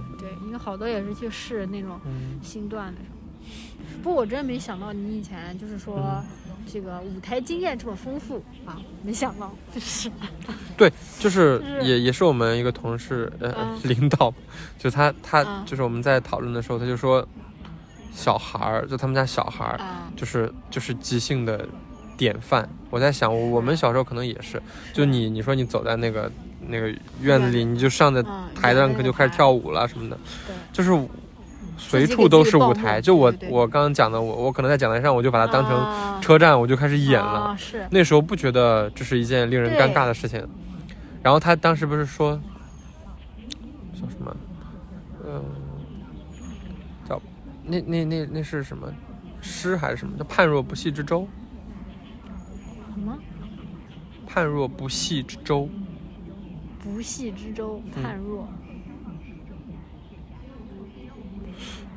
[SPEAKER 1] 因为好多也是去试那种
[SPEAKER 2] 嗯
[SPEAKER 1] 新段子什么的。不过我真没想到你以前就是说、
[SPEAKER 2] 嗯
[SPEAKER 1] 这个舞台经验这么丰富啊，没想到，就是
[SPEAKER 2] 对，就是
[SPEAKER 1] 就是
[SPEAKER 2] 也也是我们一个同事，呃
[SPEAKER 1] 嗯，
[SPEAKER 2] 领导，就他他
[SPEAKER 1] 嗯
[SPEAKER 2] 就是我们在讨论的时候，他就说，小孩儿，就他们家小孩儿，
[SPEAKER 1] 啊，
[SPEAKER 2] 就是就是即兴的典范。我在想，我我
[SPEAKER 1] 嗯
[SPEAKER 2] 们小时候可能也是，就你你说你走在那个那个院子里，你就上在
[SPEAKER 1] 嗯
[SPEAKER 2] 台子上可就开始跳
[SPEAKER 1] 舞，
[SPEAKER 2] 舞了什么的，
[SPEAKER 1] 对
[SPEAKER 2] 就是随
[SPEAKER 1] 自己嗯
[SPEAKER 2] 处
[SPEAKER 1] 给
[SPEAKER 2] 都
[SPEAKER 1] 自己
[SPEAKER 2] 是
[SPEAKER 1] 报幕
[SPEAKER 2] 舞台。就我
[SPEAKER 1] 对对对
[SPEAKER 2] 我刚刚讲的，我我可能在讲台上我就把它当成
[SPEAKER 1] 啊
[SPEAKER 2] 车站，我就开始演了
[SPEAKER 1] 啊、。是
[SPEAKER 2] 那时候不觉得这是一件令人
[SPEAKER 1] 对
[SPEAKER 2] 尴尬的事情。然后他当时不是说叫什么？呃，叫那那那那是什么诗还是什么？叫“判若不系之舟
[SPEAKER 1] 什么？”，“
[SPEAKER 2] 判若不系之舟
[SPEAKER 1] 不系之舟，
[SPEAKER 2] 嗯
[SPEAKER 1] 判若、”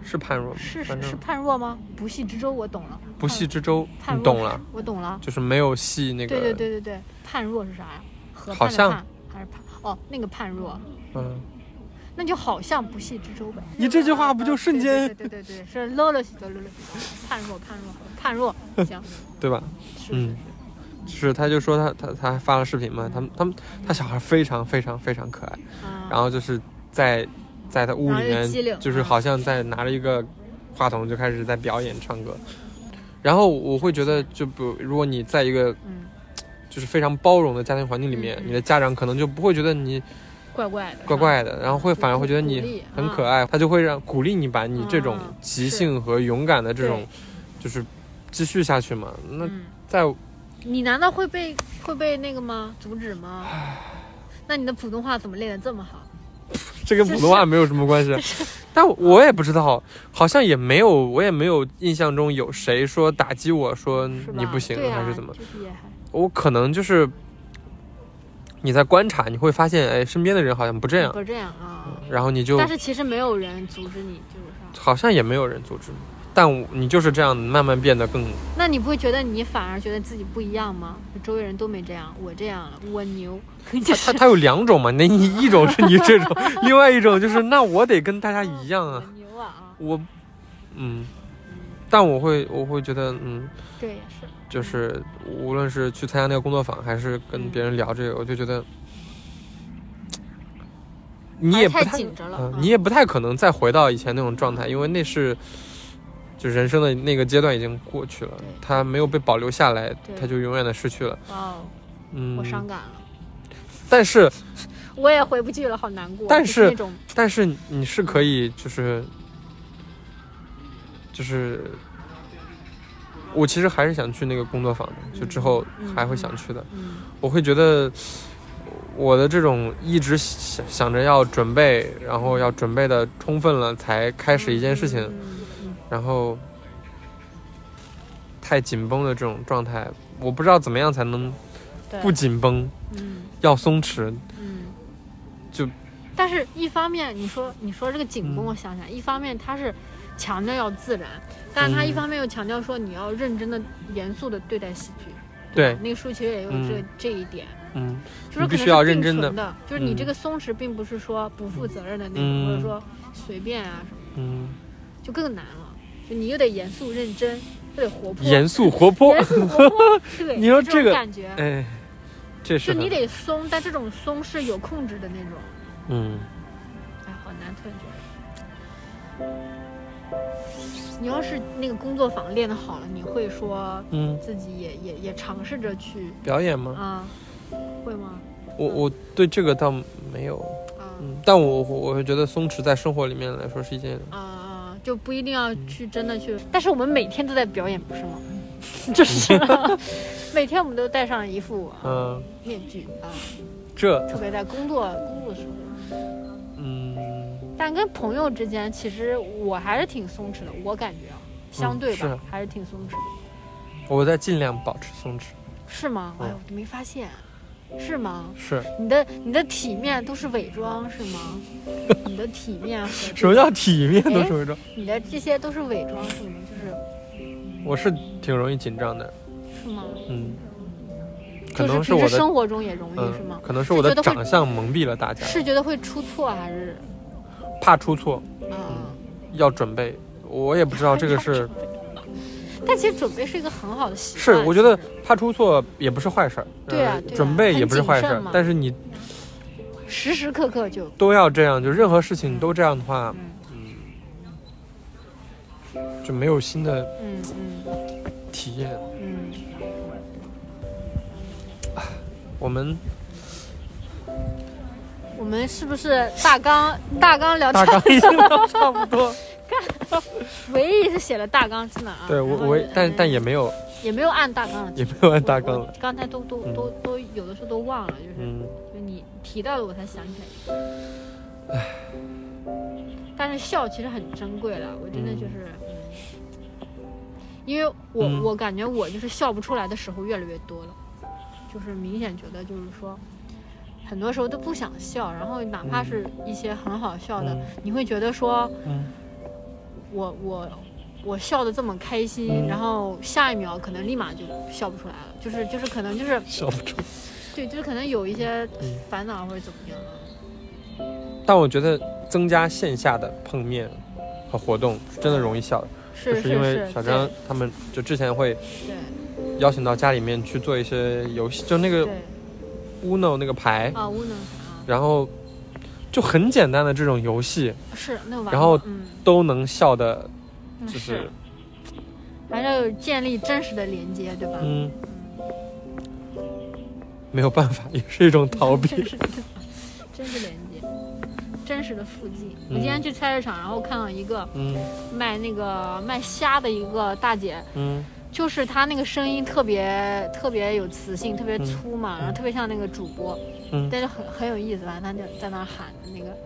[SPEAKER 2] 是判若吗，
[SPEAKER 1] 是
[SPEAKER 2] 反
[SPEAKER 1] 是是
[SPEAKER 2] 正
[SPEAKER 1] 判若吗？不系之舟，我懂了。
[SPEAKER 2] 不系之舟，
[SPEAKER 1] 判
[SPEAKER 2] 你
[SPEAKER 1] 若
[SPEAKER 2] 懂
[SPEAKER 1] 是
[SPEAKER 2] 了，，
[SPEAKER 1] 我懂了。
[SPEAKER 2] 就是没有系那个，
[SPEAKER 1] 对对对对对，判若是啥呀？河
[SPEAKER 2] 好
[SPEAKER 1] 畔的
[SPEAKER 2] 像
[SPEAKER 1] 畔还是判？哦，那个判若，
[SPEAKER 2] 嗯，
[SPEAKER 1] 那就好像不系之舟呗。
[SPEAKER 2] 你这句话不就瞬间
[SPEAKER 1] 对对对对对，是乐乐许多乐乐许多，判若判若判若，行，
[SPEAKER 2] 对吧？
[SPEAKER 1] 是是
[SPEAKER 2] 嗯，就是他就说他他他还发了视频嘛，他们他们他小孩非常非常非常可爱。
[SPEAKER 1] 是，啊
[SPEAKER 2] 然后就是在在他屋里
[SPEAKER 1] 然后就机灵
[SPEAKER 2] 面，就是
[SPEAKER 1] 嗯
[SPEAKER 2] 好像在拿着一个话筒就开始在表演唱歌。然后我会觉得，就不如果你在一个
[SPEAKER 1] 嗯，
[SPEAKER 2] 就是非常包容的家庭环境里面
[SPEAKER 1] 嗯，嗯
[SPEAKER 2] 你的家长可能就不会觉得你
[SPEAKER 1] 怪怪的，
[SPEAKER 2] 怪怪的，然后会
[SPEAKER 1] 就
[SPEAKER 2] 反而会觉得
[SPEAKER 1] 鼓
[SPEAKER 2] 你
[SPEAKER 1] 励
[SPEAKER 2] 很可
[SPEAKER 1] 嗯
[SPEAKER 2] 爱，他就会让鼓励你把你这种
[SPEAKER 1] 嗯
[SPEAKER 2] 即
[SPEAKER 1] 是
[SPEAKER 2] 兴和勇敢的
[SPEAKER 1] 是吧
[SPEAKER 2] 这种，就是继续下去嘛。
[SPEAKER 1] 对
[SPEAKER 2] 那
[SPEAKER 1] 嗯，
[SPEAKER 2] 在
[SPEAKER 1] 你难道会被会被那个吗？阻止吗？那你的普通话怎么练得这么好？
[SPEAKER 2] 这跟普通话没有什 么关系，但我也不知道，好像也没有，我也没有印象中有谁说打击我说
[SPEAKER 1] 是吧？
[SPEAKER 2] 嗯你不行
[SPEAKER 1] 对啊
[SPEAKER 2] 还是怎么？
[SPEAKER 1] 就是也还
[SPEAKER 2] 我可能就是你在观察，你会发现，哎，身边的人好像不这样
[SPEAKER 1] 不，是这样啊。
[SPEAKER 2] 然后你就
[SPEAKER 1] 但是其实没有人阻止你，就是说。
[SPEAKER 2] 好像也没有人阻止你，但我你就是这样慢慢变得更
[SPEAKER 1] 那你不会觉得你反而觉得自己不一样吗？周围人都没这样，我这样了，我 牛，就
[SPEAKER 2] 它
[SPEAKER 1] 是
[SPEAKER 2] 它它有两种嘛，那你一种是你这种， 另外一种就是那我得跟大家一样啊，
[SPEAKER 1] 我牛啊啊！
[SPEAKER 2] 我嗯，但我会我会觉得嗯。
[SPEAKER 1] 对，也是，
[SPEAKER 2] 就是无论是去参加那个工作坊，还是
[SPEAKER 1] 嗯
[SPEAKER 2] 跟别人聊这个，我就觉得你也不
[SPEAKER 1] 还是
[SPEAKER 2] 太
[SPEAKER 1] 太紧着了
[SPEAKER 2] 嗯
[SPEAKER 1] 嗯
[SPEAKER 2] 你也不太可能再回到以前那种状态，因为那是就人生的那个阶段已经过去了
[SPEAKER 1] 对，
[SPEAKER 2] 它没有被保留下来，
[SPEAKER 1] 对
[SPEAKER 2] 它就永远的失去了。
[SPEAKER 1] 哇哦，
[SPEAKER 2] 嗯
[SPEAKER 1] 我，伤感了，
[SPEAKER 2] 但是
[SPEAKER 1] 我也回不去了，好难过。
[SPEAKER 2] 但
[SPEAKER 1] 就是那种
[SPEAKER 2] 但是你是可以就是就是。我其实还是想去那个工作坊的，就之后
[SPEAKER 1] 嗯
[SPEAKER 2] 还
[SPEAKER 1] 嗯
[SPEAKER 2] 会想去的。
[SPEAKER 1] 嗯
[SPEAKER 2] 我会觉得我的这种一直想想着要准备，然后要准备的充分了才开始一件事情，
[SPEAKER 1] 嗯嗯
[SPEAKER 2] 然后太紧绷的这种状态，我不知道怎么样才能
[SPEAKER 1] 对
[SPEAKER 2] 不紧绷，
[SPEAKER 1] 嗯
[SPEAKER 2] 要松弛。
[SPEAKER 1] 嗯，
[SPEAKER 2] 就。
[SPEAKER 1] 但是，一方面你说你说这个紧绷，
[SPEAKER 2] 嗯
[SPEAKER 1] 我想想，一方面它是强调要自然，但是它一
[SPEAKER 2] 嗯
[SPEAKER 1] 方面又强调说你要认真的、严肃的对待戏剧。
[SPEAKER 2] 对
[SPEAKER 1] 吧，那个书其实也有这
[SPEAKER 2] 嗯
[SPEAKER 1] 这一点。
[SPEAKER 2] 嗯
[SPEAKER 1] 就是
[SPEAKER 2] 你必
[SPEAKER 1] 可能
[SPEAKER 2] 须
[SPEAKER 1] 是
[SPEAKER 2] 要认
[SPEAKER 1] 并
[SPEAKER 2] 真的
[SPEAKER 1] 存的，就是你
[SPEAKER 2] 嗯
[SPEAKER 1] 这个松弛并不是说不负责任的那种，
[SPEAKER 2] 嗯
[SPEAKER 1] 或者说随便啊什么，
[SPEAKER 2] 嗯，
[SPEAKER 1] 就更难了。就你又得严肃认真，又得活泼，
[SPEAKER 2] 严肃活泼
[SPEAKER 1] 严，肃活泼，对，
[SPEAKER 2] 你说
[SPEAKER 1] 就
[SPEAKER 2] 这
[SPEAKER 1] 这
[SPEAKER 2] 个
[SPEAKER 1] 种感觉，
[SPEAKER 2] 哎，这是
[SPEAKER 1] 就你
[SPEAKER 2] 很
[SPEAKER 1] 得松，但这种松是有控制的那种，
[SPEAKER 2] 嗯，
[SPEAKER 1] 哎，好难，突然觉得。你要是那个工作坊练得好了，你会说
[SPEAKER 2] 嗯
[SPEAKER 1] 自己也也也尝试着去
[SPEAKER 2] 表演吗？
[SPEAKER 1] 啊、会吗？
[SPEAKER 2] 我我对这个倒没有，
[SPEAKER 1] 啊、
[SPEAKER 2] 嗯，但我我我会觉得松弛在生活里面来说是一件
[SPEAKER 1] 啊、就不一定要去真的去，嗯但是我们每天都在表演，不是吗？ 就是 每天我们都戴上一副啊、
[SPEAKER 2] 嗯，
[SPEAKER 1] 面具啊、
[SPEAKER 2] 这
[SPEAKER 1] 特别在工作工作时候，
[SPEAKER 2] 嗯，
[SPEAKER 1] 但跟朋友之间，其实我还是挺松弛的，我感觉啊，相对吧，
[SPEAKER 2] 嗯是
[SPEAKER 1] 还是挺松弛的，
[SPEAKER 2] 我在尽量保持松弛。
[SPEAKER 1] 是吗？
[SPEAKER 2] 嗯
[SPEAKER 1] 哎呦，我都没发现，啊是吗？
[SPEAKER 2] 是
[SPEAKER 1] 你的你的体面都是伪装是吗？ 你的体面和
[SPEAKER 2] 什么叫体面都是伪装？
[SPEAKER 1] 你的这些都是伪装是吗？就是哎
[SPEAKER 2] 我是挺容易紧张的，
[SPEAKER 1] 是吗？
[SPEAKER 2] 嗯，可
[SPEAKER 1] 就是
[SPEAKER 2] 能
[SPEAKER 1] 平
[SPEAKER 2] 我
[SPEAKER 1] 时
[SPEAKER 2] 的，
[SPEAKER 1] 生活中也容易、是
[SPEAKER 2] 嗯
[SPEAKER 1] 吗，？
[SPEAKER 2] 可能是我的
[SPEAKER 1] 是觉得会
[SPEAKER 2] 长相蒙蔽了大家，
[SPEAKER 1] 是觉得会出错啊还是
[SPEAKER 2] 怕出错，
[SPEAKER 1] 啊？
[SPEAKER 2] 要准备。我嗯也不知道这个是
[SPEAKER 1] 但其实准备是一个很好的习惯。
[SPEAKER 2] 是，我觉得
[SPEAKER 1] 其实
[SPEAKER 2] 怕出错也不是坏事儿，
[SPEAKER 1] 对啊
[SPEAKER 2] 呃
[SPEAKER 1] 对啊
[SPEAKER 2] 准备也不是坏事
[SPEAKER 1] 很
[SPEAKER 2] 儿
[SPEAKER 1] 谨慎嘛，
[SPEAKER 2] 但是你
[SPEAKER 1] 时时刻刻就
[SPEAKER 2] 都要这样，就任何事情都这样的话，
[SPEAKER 1] 嗯
[SPEAKER 2] 就没有新的
[SPEAKER 1] 嗯嗯
[SPEAKER 2] 体验。
[SPEAKER 1] 嗯，
[SPEAKER 2] 我们
[SPEAKER 1] 我们是不是大纲大纲聊
[SPEAKER 2] 大
[SPEAKER 1] 啊差？
[SPEAKER 2] 纲已经聊差 不多，
[SPEAKER 1] 唯一是写了大纲真的啊。
[SPEAKER 2] 对我
[SPEAKER 1] 然后
[SPEAKER 2] 我
[SPEAKER 1] 就
[SPEAKER 2] 但
[SPEAKER 1] 嗯
[SPEAKER 2] 但也没有
[SPEAKER 1] 也没有按大纲了。
[SPEAKER 2] 也没有按大
[SPEAKER 1] 我
[SPEAKER 2] 纲
[SPEAKER 1] 我
[SPEAKER 2] 了，
[SPEAKER 1] 刚才都都
[SPEAKER 2] 嗯
[SPEAKER 1] 都都有的时候都忘了，就是、
[SPEAKER 2] 嗯，
[SPEAKER 1] 就你提到了我才想起来。但是笑其实很珍贵了，我真的就是，嗯因为我、
[SPEAKER 2] 嗯
[SPEAKER 1] 我感觉我就是笑不出来的时候越来越多了，就是明显觉得就是说，很多时候都不想笑，然后哪怕是一些很好笑的，
[SPEAKER 2] 嗯
[SPEAKER 1] 你会觉得说
[SPEAKER 2] 嗯
[SPEAKER 1] 我我我笑的这么开心，
[SPEAKER 2] 嗯
[SPEAKER 1] 然后下一秒可能立马就笑不出来了，就是就是可能就是
[SPEAKER 2] 笑不出。
[SPEAKER 1] 对，就是可能有一些
[SPEAKER 2] 嗯
[SPEAKER 1] 烦恼或者怎么样啊。
[SPEAKER 2] 但我觉得增加线下的碰面和活动是真的容易笑，
[SPEAKER 1] 是
[SPEAKER 2] 就是是因为小张
[SPEAKER 1] 对
[SPEAKER 2] 他们就之前会
[SPEAKER 1] 对
[SPEAKER 2] 邀请到家里面去做一些游戏，就那个
[SPEAKER 1] 对
[SPEAKER 2] Uno 那个牌，
[SPEAKER 1] 啊，无能啊，
[SPEAKER 2] 然后就很简单的这种游戏
[SPEAKER 1] 是那玩过，
[SPEAKER 2] 然后
[SPEAKER 1] 嗯，
[SPEAKER 2] 都能笑的，
[SPEAKER 1] 嗯
[SPEAKER 2] 就是是
[SPEAKER 1] 还要有建立真实的连接，对吧？
[SPEAKER 2] 嗯，没有办法，也 是一种逃避。
[SPEAKER 1] 真实的，真实连接，真实的附近。我
[SPEAKER 2] 嗯
[SPEAKER 1] 今天去菜市场，然后看到一个
[SPEAKER 2] 嗯
[SPEAKER 1] 卖那个卖虾的一个大姐，
[SPEAKER 2] 嗯
[SPEAKER 1] 就是她那个声音特别特别有磁性，特别
[SPEAKER 2] 嗯
[SPEAKER 1] 粗嘛，然后特别像那个主播，
[SPEAKER 2] 嗯
[SPEAKER 1] 但是很很有意思，反正他就在那儿喊那个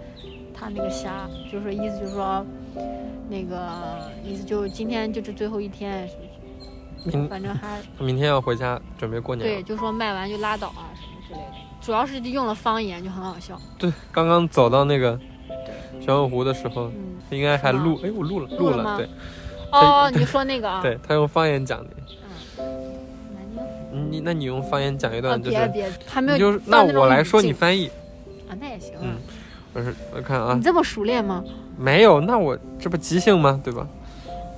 [SPEAKER 1] 他那个虾，就是意思就是说那个意思就今天就是最后一天，什么什么
[SPEAKER 2] 明
[SPEAKER 1] 反正还
[SPEAKER 2] 明天要回家准备过年
[SPEAKER 1] 对，
[SPEAKER 2] 了。
[SPEAKER 1] 就说卖完就拉倒啊什么之类的，主要是用了方言就很好笑，
[SPEAKER 2] 对，刚刚走到那个玄武湖的时候，
[SPEAKER 1] 嗯，
[SPEAKER 2] 应该还
[SPEAKER 1] 是吗
[SPEAKER 2] 录，哎，我录了，
[SPEAKER 1] 录了吗
[SPEAKER 2] 了，对
[SPEAKER 1] 哦，你说那个啊，
[SPEAKER 2] 对，他用方言讲的。
[SPEAKER 1] 南京话，
[SPEAKER 2] 你那你用方言讲一
[SPEAKER 1] 啊
[SPEAKER 2] 段，就是、
[SPEAKER 1] 别别，还没
[SPEAKER 2] 你
[SPEAKER 1] 有
[SPEAKER 2] 就是
[SPEAKER 1] 到
[SPEAKER 2] 那
[SPEAKER 1] 种
[SPEAKER 2] 我来说你
[SPEAKER 1] 境
[SPEAKER 2] 翻译，
[SPEAKER 1] 啊，那也行啊，
[SPEAKER 2] 嗯我是我看啊
[SPEAKER 1] 你，这么熟练吗？
[SPEAKER 2] 没有，那我这不即兴吗？对吧？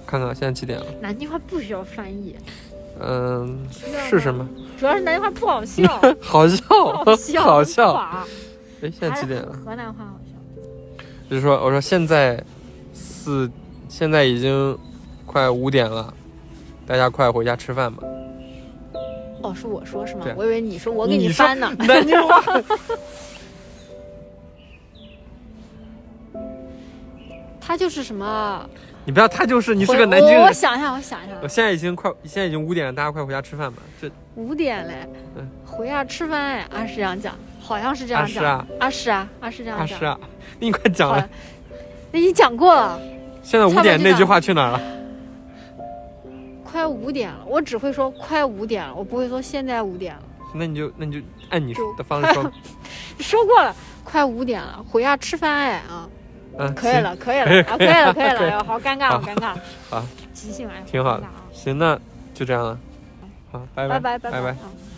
[SPEAKER 2] 看看现在几点了？
[SPEAKER 1] 南京话不需要翻译，
[SPEAKER 2] 嗯，
[SPEAKER 1] 要吗
[SPEAKER 2] 是什么？
[SPEAKER 1] 主要是南京话不好 笑，
[SPEAKER 2] 好笑，
[SPEAKER 1] 不好笑，
[SPEAKER 2] 好
[SPEAKER 1] 很
[SPEAKER 2] 笑。
[SPEAKER 1] 垮
[SPEAKER 2] 哎，现在几点了？
[SPEAKER 1] 河南话好笑。
[SPEAKER 2] 就是说，我说现在四，现在已经快五点了，大家快回家吃饭吧。
[SPEAKER 1] 哦，是我说是吗
[SPEAKER 2] 对？
[SPEAKER 1] 我以为你说我给
[SPEAKER 2] 你说
[SPEAKER 1] 翻呢。哎
[SPEAKER 2] 南京话，
[SPEAKER 1] 他就是什么？
[SPEAKER 2] 你不要，他就是 你是个
[SPEAKER 1] 我
[SPEAKER 2] 南京
[SPEAKER 1] 我我
[SPEAKER 2] 人。
[SPEAKER 1] 想一下，我想一下
[SPEAKER 2] 我，现在已经快，现在已经五点了，大家快回家吃饭吧。这
[SPEAKER 1] 五点嘞
[SPEAKER 2] 嗯，
[SPEAKER 1] 回家吃饭哎，啊是这样讲，好像是这
[SPEAKER 2] 啊
[SPEAKER 1] 样
[SPEAKER 2] 是
[SPEAKER 1] 讲。
[SPEAKER 2] 啊，
[SPEAKER 1] 啊是啊，啊是这样
[SPEAKER 2] 啊
[SPEAKER 1] 讲。
[SPEAKER 2] 是啊， 你快讲
[SPEAKER 1] 好
[SPEAKER 2] 了
[SPEAKER 1] 了。，那你讲过了，
[SPEAKER 2] 现在
[SPEAKER 1] 差不
[SPEAKER 2] 五
[SPEAKER 1] 多
[SPEAKER 2] 点
[SPEAKER 1] 就
[SPEAKER 2] 那
[SPEAKER 1] 这
[SPEAKER 2] 句
[SPEAKER 1] 样
[SPEAKER 2] 话去哪 儿了？
[SPEAKER 1] 快五点了，我只会说快五点了，我不会说现在五点了。
[SPEAKER 2] 那你就那你就按你
[SPEAKER 1] 就
[SPEAKER 2] 的方 式说，
[SPEAKER 1] 说过了，快五点了，回家吃饭哎啊，
[SPEAKER 2] 嗯，
[SPEAKER 1] 可以
[SPEAKER 2] 行，
[SPEAKER 1] 了，可以了，啊，可以 了，可以了，哎呦好尴尬，
[SPEAKER 2] 好
[SPEAKER 1] 好尴尬。
[SPEAKER 2] 好，
[SPEAKER 1] 即兴哎，
[SPEAKER 2] 挺好的
[SPEAKER 1] 尴尬啊
[SPEAKER 2] 行，那就这样了。好，拜
[SPEAKER 1] 拜拜
[SPEAKER 2] 拜
[SPEAKER 1] 拜
[SPEAKER 2] 拜
[SPEAKER 1] 拜
[SPEAKER 2] 拜。
[SPEAKER 1] 啊。